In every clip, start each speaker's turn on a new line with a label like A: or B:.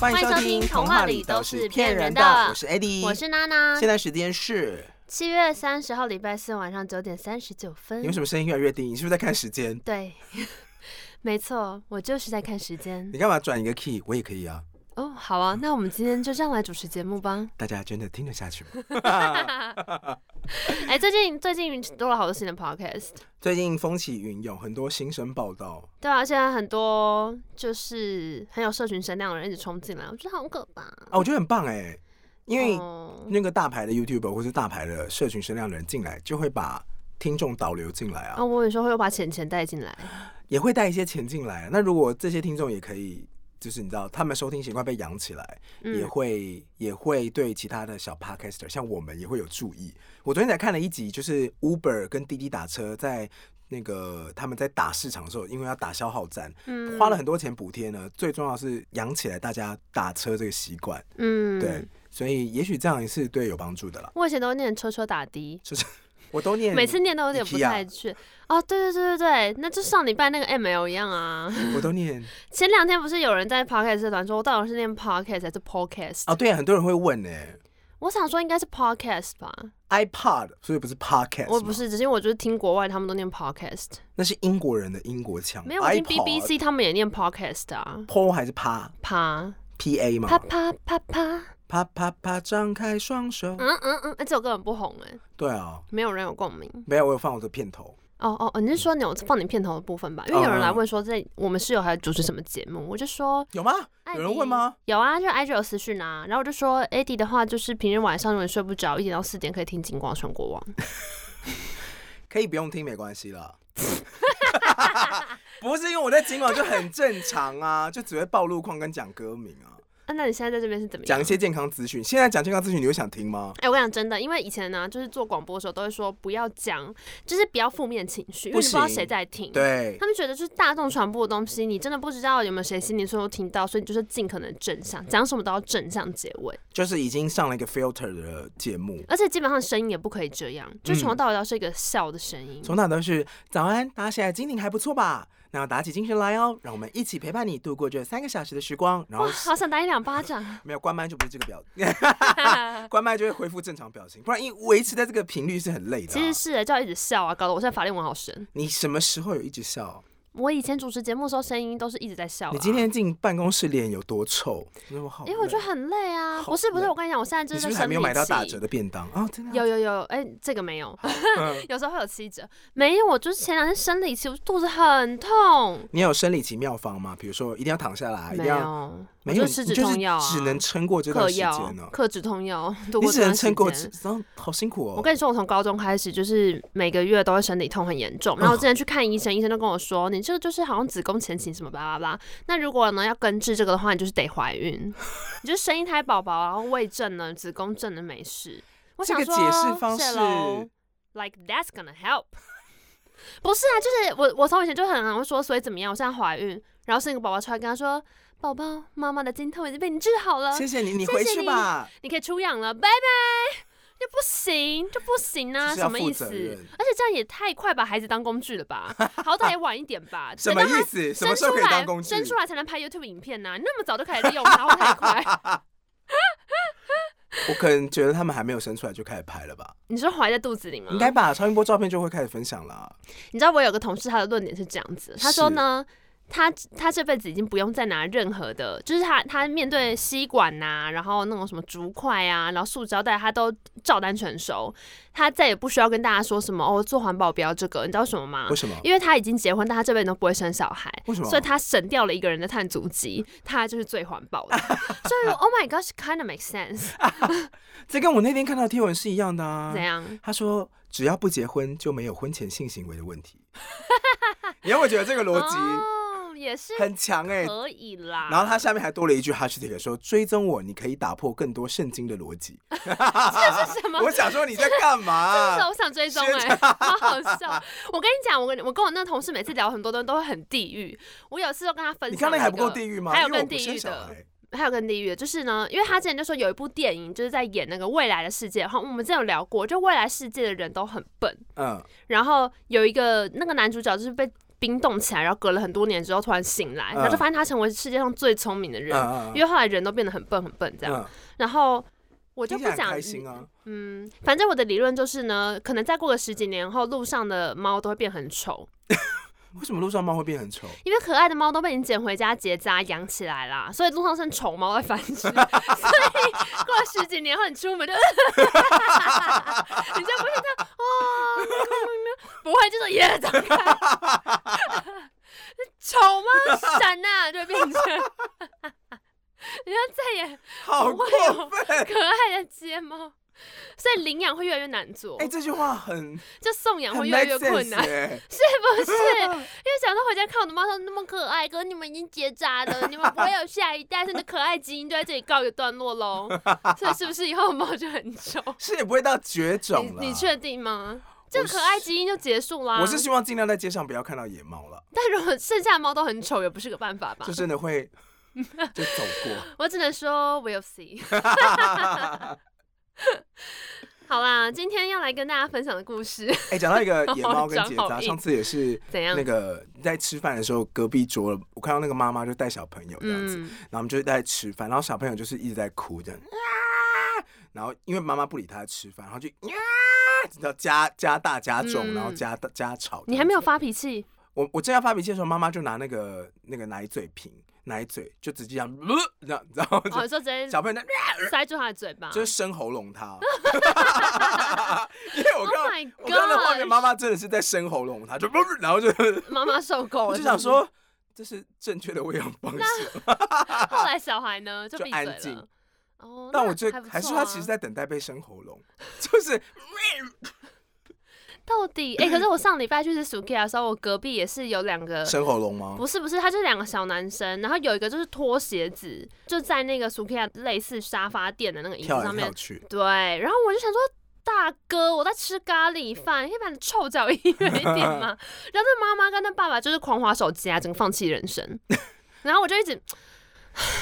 A: 欢迎收听《童话里都是骗人的》，
B: 我是 Eddie，
A: 我是娜娜。
B: 现在时间是
A: 七月三十号礼拜四晚上九点三十九分。
B: 你为什么声音越来越低？你是不是在看时间？
A: 对， 没错，我就是在看时间
B: 你。干嘛转一个 key？我也可以啊。
A: 哦，好啊，那我们今天就这样来主持节 目吧。
B: 大家真的听得下去吗？啊
A: 哎，最近最近多了好多新的 podcast，
B: 最近风起云涌，很多新生报道。
A: 对啊，现在很多就是很有社群声量的人一直冲进来，我觉得好可怕。
B: 啊，我觉得很棒哎，因为
A: 哦
B: 那个大牌的 YouTuber 或是大牌的社群声量的人进来，就会把听众导流进来啊
A: 啊，，我有时候会把钱钱带进来，
B: 也会带一些钱进来。那如果这些听众也可以，就是你知道，他们收听习惯被养起来，也
A: 嗯，
B: 会也会对其他的小 podcaster，像我们也会有注意。我昨天才看了一集，就是 Uber 跟滴滴打车在那个他们在打市场的时候，因为要打消耗战，
A: 嗯
B: 花了很多钱补贴呢。最重要的是养起来大家打车这个习惯，
A: 嗯，
B: 对，。所以也许这样也是对有帮助的啦。
A: 我以前都念车车打的，
B: 我都念，
A: 每次念都有点不
B: IKEA
A: 太确。哦，对对对对对，那就上礼拜那个 ML 一样啊。
B: 我都念
A: 前两天不是有人在 podcast 社团说，我到底是念 podcast 还是 podcast？、
B: 哦，对啊，很多人会问呢、
A: 我想说应该是 podcast 吧，
B: iPod，所以不是 podcast，
A: 我不
B: 吗，
A: 是，只是因为我就是听国外他们都念 podcast，
B: 那是英国人的英国腔，
A: 没有我听
B: iPod
A: BBC 他们也念 podcast 啊。
B: p o 还是啪
A: 啪
B: P A 嘛
A: 啪，啪啪啪，
B: 啪啪啪，张开双手，
A: 嗯嗯嗯，哎这首歌很不红哎、
B: 对啊，
A: 没有人有共鸣。
B: 没有，我有放我的片头。
A: 哦哦哦，你是说你有放你片头的部分吧？因为有人来
B: 嗯
A: 问说在我们室友还主持什么节目，我就说
B: 有吗？
A: 艾
B: 有
A: 迪
B: 人问吗？？
A: 有啊，就 IG 有私讯啊，然后我就说 AD 的话，就是平日晚上如果你睡不着，一点到四点可以听《金光全国网》。
B: 可以不用听，没关系 啦。不是因为我在今晚就很正常啊， 就只会报路况跟讲歌名啊，
A: 啊，那你现在在这边是怎么样？
B: 讲一些健康资讯。现在讲健康资讯，你有想听吗？
A: 哎、我跟你讲真的，因为以前呢、就是做广播的时候都会说不要讲，就是不要负面情绪，因为
B: 不
A: 你不知道
B: 行
A: 谁在听。。
B: 对，
A: 他们觉得就是大众传播的东西，你真的不知道有没有谁心里所有听到，所以你就是尽可能正向，讲什么都要正向结尾，
B: 就是已经上了一个 filter 的节目，
A: 而且基本上声音也不可以这样，就从头
B: 嗯
A: 到尾要是一个笑的声音。
B: 从哪都是早安，打起来精灵还不错吧？那打起精神来哦，让我们一起陪伴你度过这三个小时的时光。然后
A: 哇，好想打你两巴掌！
B: 没有关麦就不是这个表，关麦就会恢复正常表情，不然一维持在这个频率是很累的啊、
A: 其实是欸就要一直笑啊，搞得我现在法令纹好深。
B: 你什么时候有一直笑？
A: 我以前主持节目的时候，声音都是一直在笑、啊。
B: 你今天进办公室脸有多臭？因为我好累，
A: 因为我觉得很累啊，
B: 好
A: 不是不是，
B: 累
A: 我跟你讲，我现在
B: 你
A: 就是是
B: 不是
A: 在
B: 还
A: 生
B: 没
A: 理
B: 有买到打折
A: 期。
B: 的便当啊、哦？真的啊、
A: 有有有，哎、这个没 有，
B: 嗯
A: 有时候会有七折，没有。我就是前两天生理期，我肚子很痛，
B: 你有生理期妙方吗？比如说一定要躺下来，一定
A: 没
B: 要
A: 有，
B: 哎没
A: 我
B: 有，
A: 就吃
B: 你
A: 止痛药啊，
B: 只能撑过这段
A: 嗑
B: 时
A: 药
B: 间呢、、
A: 嗑止痛药，度
B: 你
A: 过
B: 只
A: 这
B: 能
A: 段
B: 撑
A: 时
B: 过
A: 间。，
B: 然后好辛苦哦。
A: 我跟你说，我从高中开始就是每个月都会生理痛很严重，然
B: 哦
A: 后我之前去看医生，医生就跟我说，你这个就是好像子宫前倾什么巴拉巴拉。那如果呢要根治这个的话，你就是得怀 孕，你就生一胎宝宝，然后胃症呢、子宫症呢没事。我
B: 这
A: 想
B: 个
A: 说，
B: 解释方
A: 谢
B: 式
A: 咯，like that's gonna help。不是啊，就是我我从以前就很会说，所以怎么样？我现在怀孕，然后生一个宝宝出来，跟他说，宝宝，妈妈的经痛已经被你治好了，
B: 谢谢你，你
A: 谢
B: 回
A: 谢
B: 去
A: 你
B: 吧。
A: 你可以出养了，拜拜。就不行，就不行
B: 就
A: 啊！
B: 是要
A: 什么意思？
B: 负责
A: 而
B: 任
A: 且这样也太快把孩子当工具了 吧？好歹也晚一点吧。
B: 什么意思？什
A: 等
B: 么
A: 到他
B: 时候
A: 生
B: 可以
A: 出来
B: 当工具？
A: 生出来才能拍 YouTube 影片呐、那么早就开始利用它，会太快。
B: 我可能觉得他们还没有生出来就开始拍了吧？
A: 你说怀在肚子里吗？
B: 应该吧，超音波照片就会开始分享啊啦。
A: 你知道我有个同事，他的论点是这样子，他说呢。他他这辈子已经不用再拿任何的，就是他他面对吸管呐、然后那种什么竹筷啊，然后塑胶袋，他都照单全收，他再也不需要跟大家说什么哦，做环保不要这个，你知道为什么吗
B: 为？什么？
A: 因为他已经结婚，但他这辈子都不会生小孩，
B: 为什么
A: 所以他省掉了一个人的碳足迹，他就是最环保 的。所以，Oh my gosh，kind of makes sense。
B: 啊这跟我那天看到的贴文是一样的啊
A: 怎。样？
B: 他说，只要不结婚，就没有婚前性行为的问题。 你有没有觉得这个逻辑
A: 哦，也是
B: 很强哎、
A: 可以啦。
B: 然后他下面还多了一句 hashtag 说：“追踪我，你可以打破更多圣经的逻辑。
A: 是什”么？
B: 我想说你在干
A: 真的，
B: 嘛？
A: 我想追踪哎、 好好笑！我跟你讲，我跟我跟我那同事每次聊很多东西都会很地狱。我有一次就跟他分享、
B: 你刚才还不够地狱吗？
A: 还有
B: 因为我
A: 更
B: 不
A: 地
B: 生
A: 狱
B: 小
A: 的，
B: 孩
A: 还有更地狱的，就是呢，因为他之前就说有一部电影就是在演那个未来的世界，好，我们之前有聊过，就未来世界的人都很笨，
B: 嗯，
A: 然后有一个那个男主角就是被冰冻起来，然后隔了很多年之后突然醒来，他
B: 嗯
A: 就发现他成为世界上最聪明的人，
B: 嗯嗯
A: 因为后来人都变得很笨很笨这样。
B: 嗯，
A: 然后我
B: 我
A: 就不讲
B: 开，心啊，
A: 嗯，反正我的理论就是呢，可能再过个十几年后，路上的猫都会变很丑，
B: 为什么路上猫会变很丑？
A: 因为可爱的猫都被你捡回家结扎养起来啦，所以路上剩丑猫在繁殖。 所以过了十几年后，你出门就，你 就不是这样哦，不会就是耶，走开， 丑猫闪呐、就变成，你看再也
B: 好
A: 不
B: 过
A: 会有
B: 分！
A: 可爱的街猫。所以领养会越来越难做，
B: 哎、这句话 很
A: 就送养
B: 很
A: 会
B: make
A: 越来越困
B: sense
A: 难，
B: 欸
A: 是不 是？因为想到回家看我的猫说那么可爱，可是你们已经结 扎了，你们不会有下一代，所以你的可爱基因就在这里告一个段落 喽。所以是不是以后猫就很丑？
B: 是也不会到绝种了。
A: 你你确定吗？这
B: 我是
A: 可爱基因就结束啦。
B: 我是希望尽量在街上不要看到野猫了，
A: 但如果剩下的猫都很丑，也不是个 办法吧
B: 就？真的 会就走过。
A: 我只能说 we'll see。好啦，今天要来跟大家分享的 故事
B: 哎、讲到一 个野猫跟
A: 长
B: 结
A: 好
B: 扎，
A: 硬
B: 上次也是
A: 怎样
B: 那？个在吃饭的时候，隔壁桌我看到那个妈妈就带小朋友这样子，
A: 嗯，
B: 然后我们就在吃饭，然后小朋友就是一直在哭这样，啊，然后因为妈妈不理他吃饭，然后就啊，要加加大加重，
A: 嗯
B: 然后加大加吵。
A: 你还没有发 脾气，
B: 我我正要发脾气的时候，妈妈就拿那个那个奶嘴瓶奶嘴就直接这样，呃这样然后就
A: 哦，就直接
B: 小朋友在
A: 塞住他的嘴巴。
B: 就是生喉咙 他，因为我
A: Oh
B: 看到
A: my
B: 我看到画面，
A: god！
B: 妈妈真的是在生喉咙他，就然后就
A: 妈妈受够
B: 我
A: 了，
B: 就想说。这是正确的喂养方式吗，
A: 是不是，后来小孩呢就
B: 就
A: 闭嘴
B: 安静
A: 了。哦，
B: 但
A: 那
B: 我觉
A: 还
B: 得
A: 不
B: 还是
A: 错
B: 他
A: 啊
B: 其实在等待被生喉咙， 就是
A: 到底哎、可是我上礼拜去吃 Sukiya 的时候，我隔壁也是有两个，
B: 生喉咙吗？
A: 不是不是，他就是两个小男生，然后有一个就是脱鞋子，就在那个 Sukiya 类似沙发店的那个椅子
B: 跳来
A: 上
B: 跳
A: 面，
B: 去，
A: 对，然后我就想说。大哥，我在吃咖喱饭，可以把你的臭脚移远一点 吗？然后那妈妈跟那爸爸就是狂滑手机啊，整个放弃 人生。然后我就一直，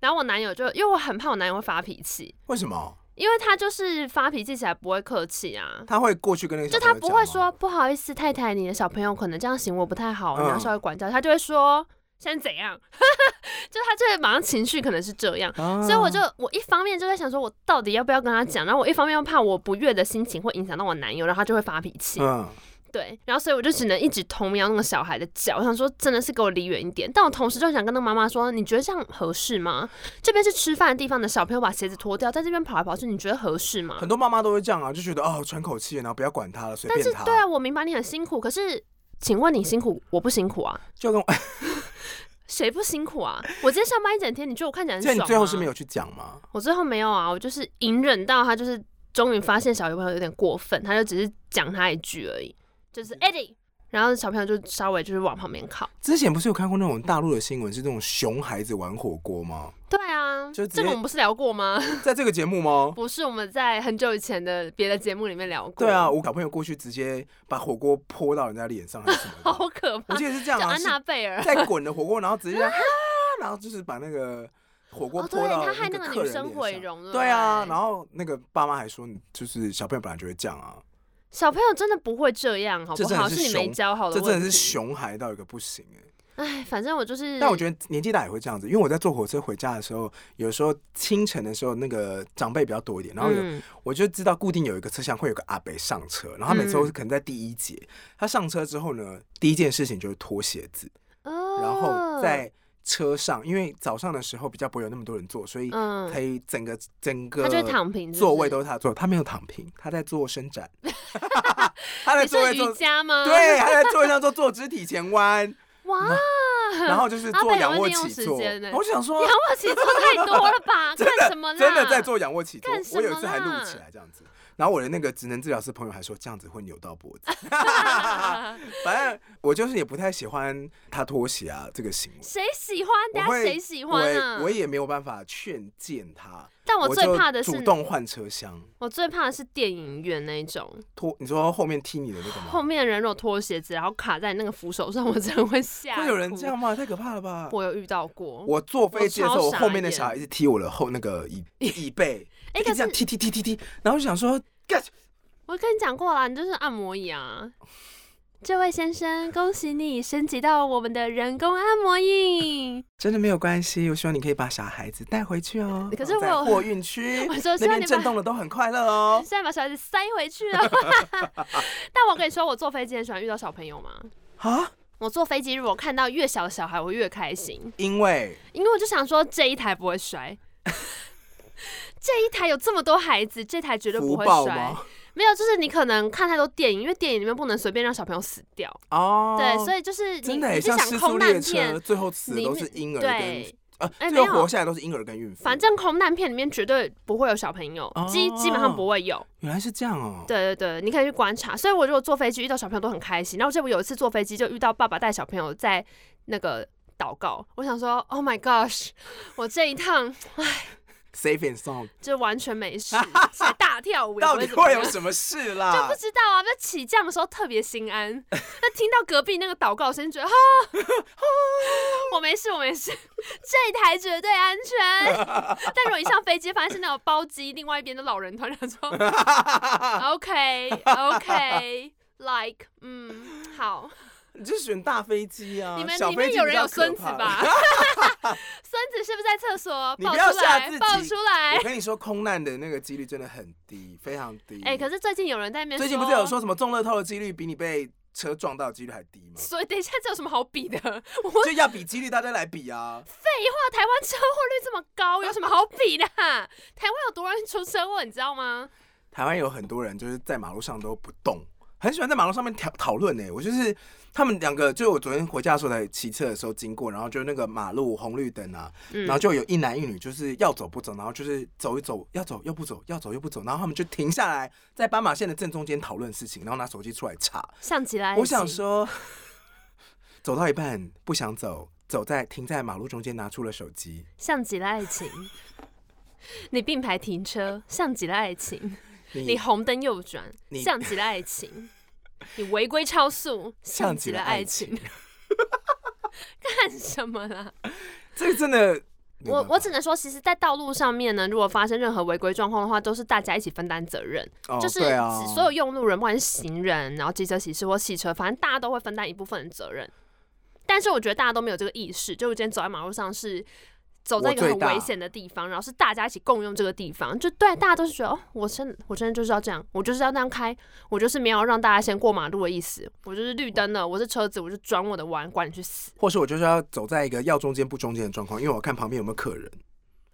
A: 然后我男友就，因为我很怕我男友会发脾气，
B: 为什么
A: 因为他就是发脾气起来不会客气啊，
B: 他会过去跟那个
A: 就
B: 小朋
A: 他
B: 友
A: 不
B: 讲
A: 会
B: 吗
A: 说不好意思，太太，你的小朋友可能这样行为不太好，
B: 嗯
A: 你要稍微管教。他就会说现在怎样， 就他就会马上情绪可能是这样。
B: 啊
A: 所以我就我一方面就在想说，我到底要不要跟他讲，然后我一方面又怕我不悦的心情会影响到我男友，然后他就会发脾气，
B: 嗯，
A: 对，然后所以我就只能一直同瞄那个小孩的脚，我想说真的是给我离远一点，但我同时就想跟那个妈妈说，你觉得这样合适吗？这边是吃饭的地方的小朋友把鞋子脱掉，在这边跑来跑去，你觉得合适吗
B: 很？多妈妈都会这样啊，就觉得哦喘口气，然后不要管他了，随
A: 但是
B: 便他。
A: 对啊，我明白你很辛苦，可是请问你辛苦，我不辛苦啊，
B: 就跟
A: 谁不辛苦啊？我今天上班一整天，你觉得我看起来很
B: 所以
A: 爽
B: 你
A: 吗？
B: 最后是没有去讲吗？
A: 我最后没有啊，我就是隐忍到他就是终于发现小朋友有点过分，他就只是讲他一句而已，就是 Eddie，然后小朋友就稍微就是往旁边靠。
B: 之前不是有看过那种大陆的新闻，是那种熊孩子玩火锅吗？
A: 对啊，
B: 就直接
A: 这个我们不是聊过吗？
B: 在这个节目吗？
A: 不是我们在很久以前的别的节目里面聊过。
B: 对啊，，我小朋友过去直接把火锅泼到人家脸上还是什么的，
A: 好可
B: 我
A: 怕，叫
B: 记得是这样啊，
A: 安
B: 是
A: 娜贝尔。
B: 在滚的火锅，然后 直接这样啊，然后就是把那个火锅
A: 哦，
B: 泼
A: 对，
B: 到
A: 他害那
B: 个
A: 个
B: 客
A: 女
B: 人
A: 生
B: 脸
A: 毁
B: 上
A: 容了。哎
B: 对啊，
A: 不
B: 然后那个爸妈还说，就是小朋友本来就会这样啊，
A: 小朋友真的不会这样，好
B: 这
A: 不
B: 真的
A: 好？
B: 是
A: 是你没
B: 熊
A: 教好的
B: 这
A: 问题。
B: 真的是熊孩到一个不行哎、
A: 哎，反正我就是。
B: 但我觉得年纪大也会这样子，因为我在坐火车回家的时候，有时候清晨的时候，那个长辈比较多一点，然后有、
A: 嗯
B: 我就知道固定有一个车厢会有个阿伯上车，然后他每次都是
A: 嗯
B: 可能在第一节，他上车之后呢，第一件事情就是脱鞋子，
A: 哦
B: 然后在车上，因为早上的时候比较不会有那么多人坐，所以
A: 嗯，
B: 可以整个整
A: 他
B: 个
A: 就会躺平，是不是
B: 座位都是他坐，他没有躺平，他在做伸 展，他在
A: 你
B: 座
A: 说
B: 位
A: 瑜
B: 做。
A: 伽 吗？，
B: 对，他在座位上做坐肢体前 弯，
A: 哇，
B: 然后就是
A: 阿
B: 做
A: 北
B: 仰
A: 会
B: 卧
A: 利用
B: 起
A: 时
B: 坐。
A: 间呢
B: 我就想说
A: 仰，卧起坐太多了吧？
B: 真
A: 干什么
B: 的
A: 啦？
B: 真的在做仰卧起坐
A: 干，什
B: 我
A: 么
B: 有一次还录
A: 啦
B: 起来这样子。然后我的那个职能治疗师朋友还说这样子会扭到脖子， 反正我就是也不太喜欢他脱鞋啊这个行为，
A: 谁喜欢？
B: 我
A: 大家
B: 会
A: 谁喜
B: 我
A: 欢
B: 也
A: 啊
B: 我？也没有办法劝谏他。
A: 但我最
B: 就
A: 怕的是
B: 主，动换车厢
A: 我最怕的是电影院那一种，
B: 脱，你说后面踢你的那 个
A: 后
B: 吗？
A: 面的人如果脱鞋子，然后卡在那个扶手上，我真的会吓。
B: 会有人这样？吗？太可怕了吧！
A: 啊我有遇到过。
B: 我坐飞机的时候，
A: 我
B: 我
A: 超
B: 后面的小
A: 傻眼
B: 孩一直踢我的后那个 椅椅背，就
A: 哎
B: 一直
A: 可
B: 这样
A: 是
B: 踢踢踢踢踢，然后就想说，干
A: 我跟你讲过啦，你就是按摩椅啊，这位先生，恭喜你升级到我们的人工按 摩印。
B: 真的没有关系，我希望你可以把小孩子带回去哦。
A: 可是
B: 放在
A: 我
B: 货运区
A: 我说
B: 那
A: 希望
B: 边
A: 你
B: 震
A: 把
B: 动的都很快乐哦。
A: 现在把小孩子塞回去了， 但我跟你说，我坐飞机很喜欢遇到小朋友嘛。
B: 啊，
A: 我坐飞机如果看到越小的小孩，我越开心，
B: 因为
A: 因为我就想说这一台不会摔， 这一台有这么多孩子，这台绝对不
B: 福
A: 会
B: 报
A: 摔。
B: 吗？
A: 没有，就是你可能看太多电影，因为电影里面不能随便让小朋友死掉。
B: 哦，
A: 对，所以就是你
B: 真的
A: 你
B: 欸
A: 就
B: 像
A: 想
B: 失速
A: 空
B: 列
A: 难
B: 车，
A: 片，
B: 最后死的
A: 里
B: 都
A: 面
B: 是婴儿跟
A: 对。
B: 呃，
A: 哎
B: 最
A: 没
B: 后
A: 有
B: 活下来都是婴儿跟孕妇。
A: 反正空难片里面绝对不会有小朋友，基
B: 哦
A: 基本上不会有。
B: 原来是这样哦。
A: 对对对，你可以去观察。所以我如果坐飞机遇到小朋友都很开心。然后我记得我有一次坐飞机就遇到爸爸带小朋友在那个祷告，我想说，Oh my gosh，我这一趟
B: ，Safe and Sound，
A: 就完全 没事，才大跳舞也不
B: 到
A: 会
B: 底
A: 怎么
B: 会
A: 样
B: 有。什么事
A: 就
B: 啦
A: 不？知道啊，那起降的时候特别心 安，那听到隔壁那个祷告声，觉得哈，啊我没事，我没事，这一台绝对安 全。但如果一上飞机，发现是那种包机，另外一边的老人团长说 ，OK OK，like，嗯，好，
B: 你就选大飞机啊！
A: 你们
B: 小
A: 里
B: 飞
A: 面
B: 机
A: 有
B: 比
A: 人
B: 较
A: 有
B: 可
A: 孙子
B: 怕
A: 吧？？孙子是不是在厕所？
B: 你
A: 抱
B: 不要
A: 出
B: 吓
A: 来
B: 自，
A: 抱
B: 己
A: 出 来
B: 我。跟你说，空难的那个几率真的很低，非常低。
A: 哎、可是最近有人在那边
B: 最近不是有说什么中乐透的几率比你被车撞到的几率还低吗？
A: 所以等一下，这有什么好比的？我
B: 就
A: 废
B: 要比几率，大家来比啊！
A: 话，台湾车祸率这么高，有什么好比的啊、台湾有多少人出车祸，你知道吗？
B: 台湾有很多人就是在马路上都不动，很喜欢在马路上面讨讨论呢。我就是他们两个，就是我昨天回家的时候才骑车的时候经过，然后就那个马路红绿灯啊，
A: 嗯
B: 然后就有一男一女就是要走不走，然后就是走一走，要走又不走，要走又不走，然后他们就停下来在斑马线的正中间讨论事情，然后拿手机出来查。
A: 像起来，
B: 我想，说，走到一半不想走，走在停在马路中间拿出了手机，
A: 像极了爱情。 你并排停车，像极了爱情；你红灯右转，
B: 你
A: 像极了爱情； 你违规超速，
B: 像
A: 像
B: 极
A: 极
B: 了
A: 了
B: 爱
A: 爱
B: 情
A: 情。 干什么啦？
B: 这个真的，没有
A: 我
B: 办
A: 我
B: 法
A: 只能说，其实，在道路上面呢，如果发生任何违规状况的话，都是大家一起分担责任。
B: 哦
A: 就是
B: 对啊
A: 指所有用路人，不管是行人，然后机车骑士或汽车，反正大家都会分担一部分的责任。但是我觉得大家都没有这个意识，就我今天走在马路上是走在一个
B: 我最
A: 很
B: 大
A: 危险的地方，然后是大家一起共用这个地方，就对大家都是觉得哦，我真我真的就是要这样，我就是要那样开，我就是没有让大家先过马路的意思，我就是绿灯了，我是车子，我就转我的弯，管你去死
B: 或是我就是要走在一个要中间不中间的状况，因为我看旁边有没有客人。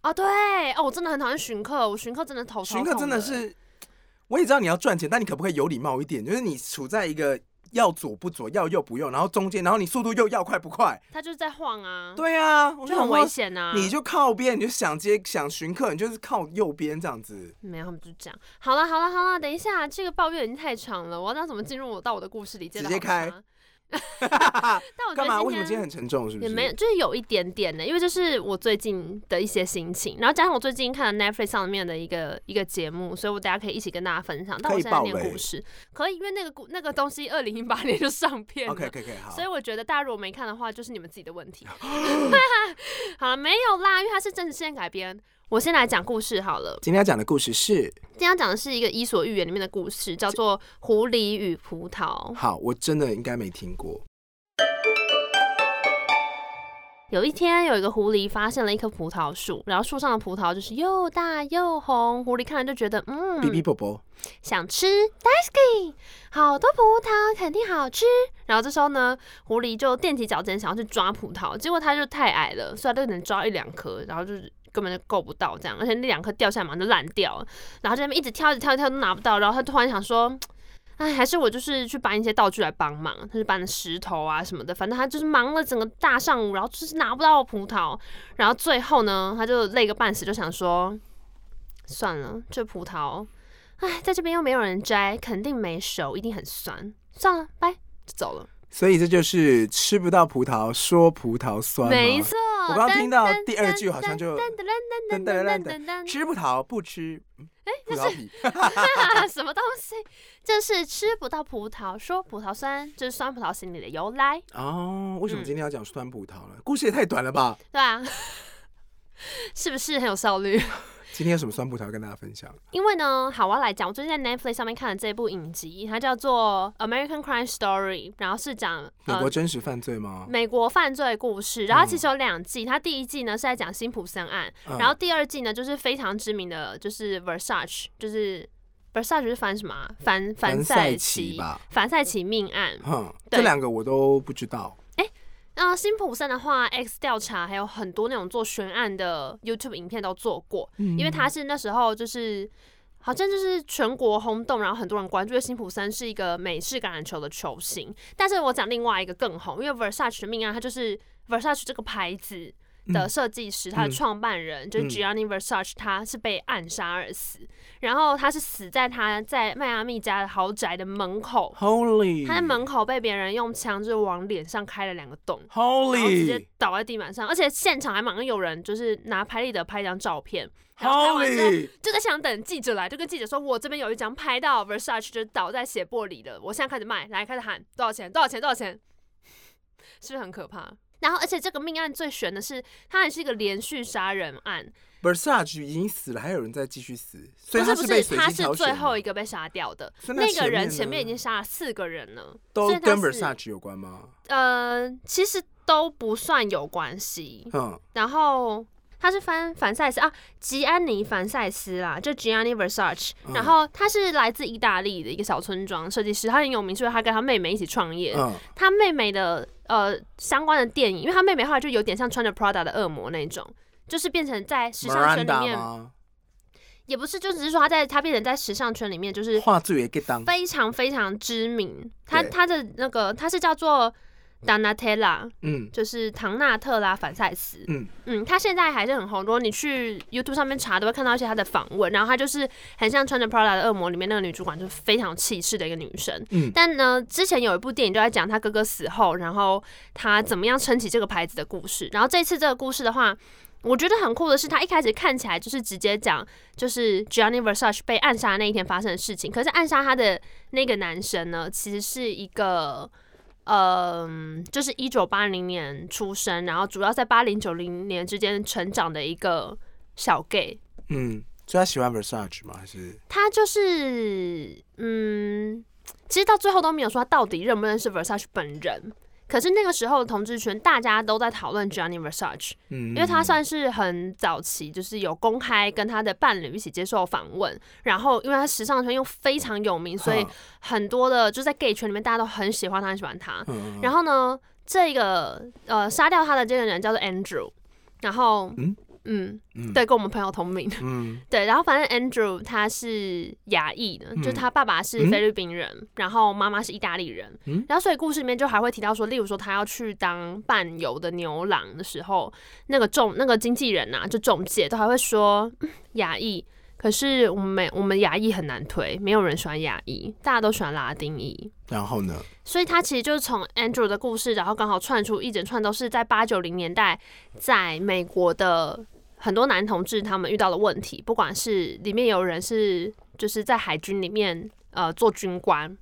A: 哦，对哦，我真的很讨厌巡客，我巡客真的头超
B: 巡客
A: 痛
B: 真的是，我也知道你要赚钱，但你可不可以有礼貌一点？就是你处在一个要左不左，要右不右，然后中间，然后你速度又要快不快？
A: 他就是在晃啊，
B: 对啊，我
A: 就
B: 想
A: 很
B: 说
A: 危。险啊，
B: 你就靠边，你就想接想巡客，你就是靠右边这样子。
A: 没有，他们就这样。好了，好了，好了，等一下，这个抱怨已经太长了，我要让怎么进入我到我的故事里？接
B: 直
A: 得
B: 接
A: 好
B: 开
A: 长。但我觉
B: 干嘛？
A: 得
B: 为什么今天
A: 天
B: 很沉重？是不
A: 也
B: 是？
A: 没有，就是有一点点的，因为就是我最近的一些心情，然后加上我最近看了 Netflix 上面的一个一个节目，所以我大家可以一起跟大家分享。但
B: 可
A: 我
B: 以
A: 现在
B: 爆
A: 念
B: 雷
A: 故事，可以，因为那个故那个东西二零一八年就上片了。
B: OK，可以可以，好。
A: 所以我觉得大家如果没看的话，就是你们自己的问 题。 好了，没有啦，因为它是真实事件改编。我先来讲故事好了。
B: 今天要讲的故事是，
A: 今天要讲的是一个《伊索寓言》里面的故事，叫做《狐狸与葡萄》。
B: 好，我真的应该没听过。
A: 有一天，有一个狐狸发现了一棵葡萄树，然后树上的葡萄就是又大又红。狐狸看了就觉得，嗯，
B: 哔哔啵啵，
A: 想吃 d a s k y 好多葡萄肯定好吃。然后这时候呢，狐狸就踮起脚尖想要去抓葡萄，结果它就太矮了，所以它就只能抓一两颗，然后就是根本就够不到这样，而且那两颗掉下来马上就烂掉了。然后就在那边一直挑，一直挑，一直挑都拿不到。然后他突然想说。哎，还是我就是去搬一些道具来帮忙，他就搬了石头啊什么的，反正他就是忙了整个大上午，然后就是拿不到葡萄，然后最后呢，他就累个半死，就想说，算了，这葡萄哎，在这边又没有人摘，肯定没熟，一定很酸。算了，拜，就走了。
B: 所以这就是吃不到葡萄说葡萄酸吗
A: 没错，
B: 我刚刚听到第二句好像就
A: 噔
B: 噔噔噔噔吃葡萄不吃，嗯葡萄皮。
A: 啊， 什么东西？就是吃不到葡萄说葡萄酸，就是酸葡萄心理的由来。
B: 哦，为什么
A: 嗯
B: 今天要讲 酸葡萄呢？故事也太短了吧？
A: 对啊，是不是很有效率？
B: 今天有什么酸葡萄要跟大家分享？
A: 因为呢，好，我要来讲，我最近在 Netflix 上面看了这部影集，它叫做《American Crime Story》，然后是讲
B: 美
A: 呃
B: 国真实犯罪吗？
A: 美国犯罪故事，然后
B: 嗯
A: 它其实有两季，它第一季呢是在讲辛普森案，
B: 嗯
A: 然后第二季呢就是非常知名的就是 Versace，就是 Versace 是反什么啊、反
B: 凡
A: 赛
B: 赛奇
A: 奇。
B: 吧，
A: 反赛奇命案，
B: 哼，
A: 对
B: 这两个我都不知道。
A: 那辛普森的话，X 调查还有很多那种做悬案的 YouTube 影片都做过，
B: 嗯
A: 因为他是那时候就是好像就是全国轰动，然后很多人关注，因为辛普森是一个美式橄榄球的球星。但是我讲另外一个更红，因为 Versace 的命案，他就是 Versace 这个牌子。的设计师，他的
B: 嗯
A: 创办人、就是
B: 嗯
A: Gianni Versace，他是被暗杀而死，然后他是死在他在迈阿密家的豪宅的门口，
B: Holy，
A: 他在门口被别人用枪就是往脸上开了两个洞，然后直接
B: Holy，Holy，
A: 倒在地板上，而且现场还马上有人就是拿拍立得拍一张照片，然后拍完之后就在现场等记者来，就跟记者说：“我这边有一张拍到 Versace 就是倒在血泊里的，我现在开始卖，来开始喊多少钱？多少钱？多少钱？”是不是很可怕？然后，而且这个命案最悬的是，它还是一个连续杀人案，
B: Versace 已经死了，还有人在继续死，所以
A: 不
B: 他
A: 是不
B: 被
A: 是，
B: 随
A: 他
B: 机
A: 是
B: 挑选
A: 最
B: 的
A: 后一个被杀掉的。
B: 所以那
A: 那个人
B: 前
A: 前面已
B: 呢
A: 经杀了四个人了，
B: 都
A: 所以他
B: 跟
A: 是
B: Versace 有关吗？
A: 呃，其实都不算有关系。
B: 嗯，
A: 然后他是翻凡赛斯啊，吉安尼凡赛斯啦，就 Gianni Versace、
B: 嗯
A: 然后他是来自意大利的一个小村庄设计师，他很有名，是因为他跟他妹妹一起创业。
B: 嗯，
A: 他妹妹的呃相关的电影，因为他妹妹后来就有点像穿着 Prada 的恶魔那种。就是变成在时尚圈里
B: Miranda
A: 面，
B: 吗？
A: 也不是，就只是说他在他变成在时尚圈里面，就是
B: 画质也 get down，
A: 非常非常知名。他
B: 对
A: 他的那个他是叫做 Donatella，
B: 嗯
A: 就是唐纳特拉凡赛斯。
B: 嗯，
A: 嗯，他现在还是很红。如果你去 YouTube 上面查，都会看到一些他的访问。然后他就是很像穿着 Prada 的恶魔里面那个女主管，就是非常气势的一个女生。
B: 嗯
A: 但呢，之前有一部电影就在讲他哥哥死后，然后他怎么样撑起这个牌子的故事。然后这次这个故事的话。我觉得很酷的是，他一开始看起来就是直接讲，就是 Gianni Versace 被暗杀的那一天发生的事情。可是暗杀他的那个男生呢，其实是一个嗯，就是一九八零年出生，然后主要在八零九零年之间成长的一个小 gay。
B: 嗯，所以他喜欢 Versace 吗？还是
A: 他就是，嗯，其实到最后都没有说他到底认不认识 Versace 本人。可是那个时候的同志圈，大家都在讨论 Johnny Versace，
B: 嗯，
A: 因为他算是很早期，就是有公开跟他的伴侣一起接受访问，然后因为他时尚圈又非常有名，所以
B: 哈
A: 很多的就在 gay 圈里面，大家都很喜欢他，很喜欢他。
B: 嗯，
A: 然
B: 后
A: 后呢，这个呃杀掉他的这个人叫做 Andrew，然后
B: 嗯
A: 嗯
B: 嗯
A: 对，跟我们朋友同名，
B: 嗯
A: 对，然后反正 Andrew 他是亚裔的，就是
B: 嗯
A: 他爸爸是
B: 嗯
A: 菲律宾人，然后妈妈是意大利人，
B: 嗯
A: 然后所以故事里面就还会提到说，例如说他要去当伴游的牛郎的时候，那个中那个经纪人呐、啊就中介都还会说嗯亚裔。可是我们没我们亚裔很难推，没有人喜欢亚裔，大家都喜欢拉丁裔。
B: 然后呢？
A: 所以他其实就是从 Andrew 的故事，然后刚好串出一整串都是在八九零年代在美国的很多男同志他们遇到的问题，不管是里面有人是就是在海军里面呃做军官。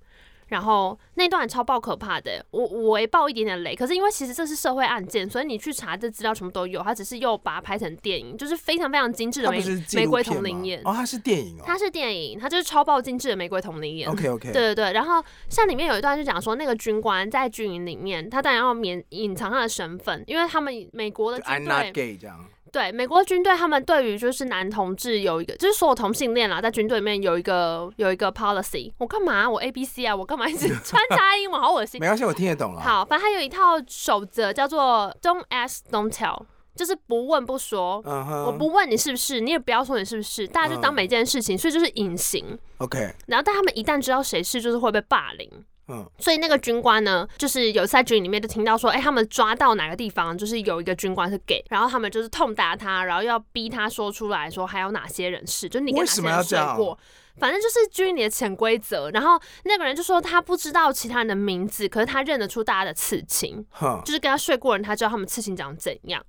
A: 然后那段超爆可怕的，欸我我微爆一点点雷，可是因为其实这是社会案件，所以你去查这资料全部都有，他只是又把它拍成电影，就是非常非常精致的
B: 他不
A: 玫
B: 是纪录
A: 玫瑰
B: 片
A: 同林
B: 吗
A: 演，
B: 哦，他是电影哦。
A: 它是电影，它就是超爆精致的玫瑰同林演。
B: OK OK，
A: 对对对，然后像里面有一段就讲说，那个军官在军营里面，他当然要免隐藏他的身份，因为他们美国的
B: 就 I'm
A: 军
B: not
A: 队，
B: gay 这样。
A: 对美国军队，他们对于就是男同志有一个，就是所有同性恋啦，在军队里面有一个有一个 policy，我干嘛我 A B C 啊，我干嘛一直 穿插英文，好恶心。
B: 没关啊系，我听得懂了。，
A: 好，反正他有一套守则叫做 Don't ask, don't tell，就是不问不说。
B: 嗯哼，
A: 我不问你是不是，你也不要说你是不是，大家就当
B: 嗯
A: 每件事情，所以就是隐形。
B: OK，
A: 然后，但他们一旦知道谁是，就是会被霸凌。
B: 嗯
A: 所以那个军官呢，就是有在军营里面就听到说，哎、他们抓到哪个地方，就是有一个军官是 gay，然后他们就是痛打他，然后要逼他说出来说还有哪些人是，就你
B: 为
A: 跟哪
B: 什
A: 些
B: 么要
A: 人睡
B: 这样
A: 过。反正就是军营里的潜规则，然后那个人就说他不知道其他人的名字，可是他认得出大家的刺青，
B: 哼，
A: 就是跟他睡过的人，他知道他们刺青长怎样。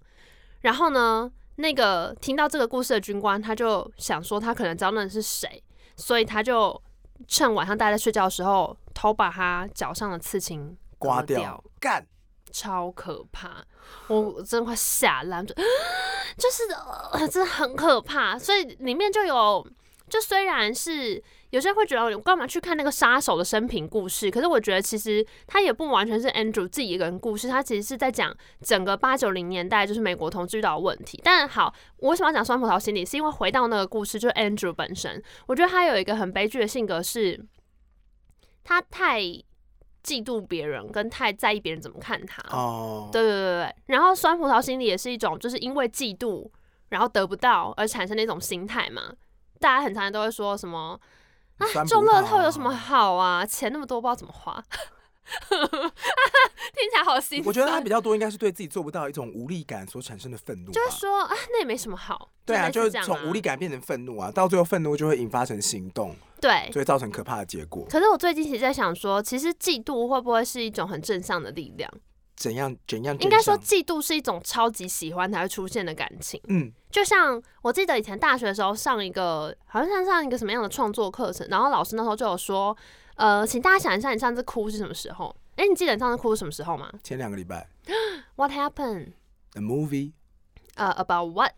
A: 然后呢，那个听到这个故事的军官，他就想说他可能知道那人是谁，所以他就趁晚上大家在睡觉的时候，偷把他脚上的刺青
B: 刮
A: 割掉，
B: 掉，干，
A: 超可怕！我真的快吓烂，就 就是、呃、真的很可怕。所以里面就有，就虽然是有些人会觉得我干嘛去看那个杀手的生平故事，可是我觉得其实他也不完全是 Andrew 自己一个人故事，他其实是在讲整个八九零年代就是美国同志遇到的问题。但好，我为什么要讲酸葡萄心理？是因为回到那个故事，就是 Andrew 本身，我觉得他有一个很悲剧的性格是，他太嫉妒别人，跟太在意别人怎么看他。
B: 哦，
A: 对对对对，然后酸葡萄心理也是一种，就是因为嫉妒，然后得不到而产生的一种心态嘛。大家很常都会说什么，哎
B: 酸，葡
A: 中乐透
B: 萄
A: 有什么好啊？钱那么多，不知道怎么花。 听起来好心酸，
B: 我觉得他比较多应该是对自己做不到一种无力感所产生的愤怒吧。
A: 就是说啊，那也没什么好。
B: 对啊，
A: 类似
B: 就是
A: 这样
B: 从无力感变成愤怒啊，到最后愤怒就会引发成行动，
A: 对。
B: 就会造成可怕的结果。
A: 可是我最近其实在想说，其实嫉妒会不会是一种很正向的力量？
B: 怎样怎样？
A: 应该说，
B: 怎样，
A: 嫉妒是一种超级喜欢才会出现的感情。
B: 嗯，
A: 就像我记得以前大学的时候上一个，好像上上一个什么样的创作课程，然后老师那时候就有说，呃，请大家想一下你上次哭是什么时候？哎、你记得你上次哭是什么时候吗
B: 前两个礼拜
A: ？What happened？
B: ，The Movie
A: 呃、a b o u t what？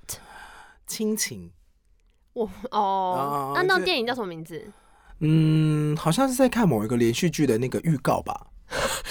B: 亲情，
A: 我哦
B: 哦，
A: 那那
B: 这
A: 部电影叫什么名字？
B: 嗯，好像是在看某一个连续剧的那个预告 吧？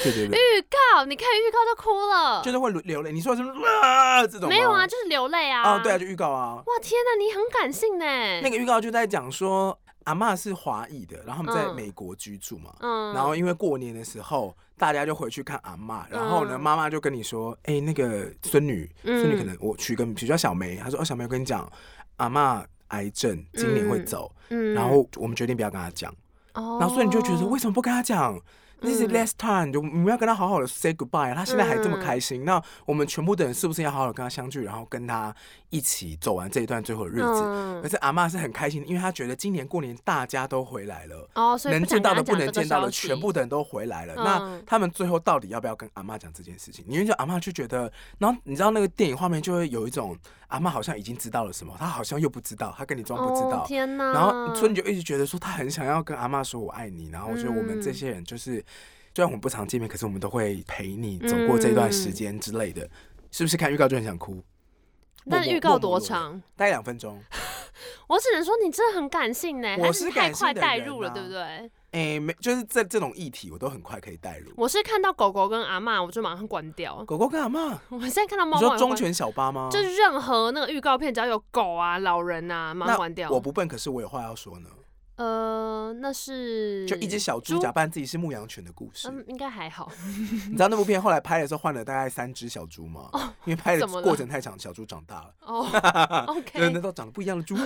B: 对对对，
A: 预告，你看预告就哭了，
B: 就是会流流泪。你说的是啊这种吗
A: 没有啊，？就是流泪啊。
B: 哦，对啊，就预告啊。
A: 哇，天哪，你很感性呢。
B: 那个预告就在讲说，阿嬷是华裔的，然后他们在
A: 嗯
B: 美国居住嘛，
A: 嗯
B: 然后因为过年的时候，大家就回去看阿嬷，然后呢，
A: 嗯
B: 妈妈就跟你说，哎、那个孙女，
A: 嗯
B: 孙女可能我取个比如叫小梅，她说，哦，小梅，我跟你讲，阿嬷癌症今年会走，
A: 嗯
B: 然后我们决定不要跟她讲，
A: 哦，
B: 然后所以你就觉得为什么不跟她讲？This is last time，就我们要跟她好好的 say goodbye。她现在还这
A: 嗯
B: 么开心，那我们全部的人是不是要好好地跟她相聚，然后跟她一起走完这一段最后的日子？
A: 嗯
B: 可是阿嬷是很开心的，因为她觉得今年过年大家都回来了。
A: 哦，所以
B: 能
A: 不想
B: 见到的、
A: 跟
B: 不
A: 他讲
B: 能
A: 这个
B: 见到的，
A: 消息
B: 全部的人都回来了。
A: 嗯
B: 那他们最后到底要不要跟阿嬷讲这件事情？因为就阿嬷就觉得，然后你知道那个电影画面就会有一种阿嬷好像已经知道了什么，她好像又不知道，她跟你装不知
A: 哦、
B: 道。
A: 天哪！
B: 然后村女就一直觉得说，她很想要跟阿嬷说我爱你。然后我觉得我
A: 嗯
B: 们这些人就是，虽然我们不常见面，可是我们都会陪你走过这段
A: 嗯
B: 时间之类的。是不是看预告就很想哭？默
A: 那
B: 默
A: 预告
B: 默默落
A: 多？
B: 泪
A: 长？
B: 大概两分钟。
A: 我只能说你真的很感性呢，
B: 我
A: 还
B: 是
A: 太
B: 感性
A: 快
B: 的
A: 带
B: 人
A: 入了，
B: 啊
A: 对不对？
B: 哎，没，就是这这种议题，我都很快可以带入。
A: 我是看到狗狗跟阿嬷，我就马上关掉。
B: 狗狗跟阿嬷。
A: 我现在看到
B: 你
A: 猫猫
B: 说
A: 也
B: 忠
A: 关，
B: 犬小八吗？
A: 就是任何那个预告片，只要有狗啊、老人啊，马上
B: 那
A: 关掉。
B: 我不笨，可是我有话要说呢。
A: 呃，那是
B: 就一只小猪假扮自己是牧羊犬的故事。
A: 嗯，应该还好。
B: 你知道那部片后来拍的时候换了大概三只小猪吗？因为拍的
A: 哦怎么了
B: 过程太长，小猪长大了，
A: 哦
B: 人
A: ，OK，
B: 都长得不一样的 猪。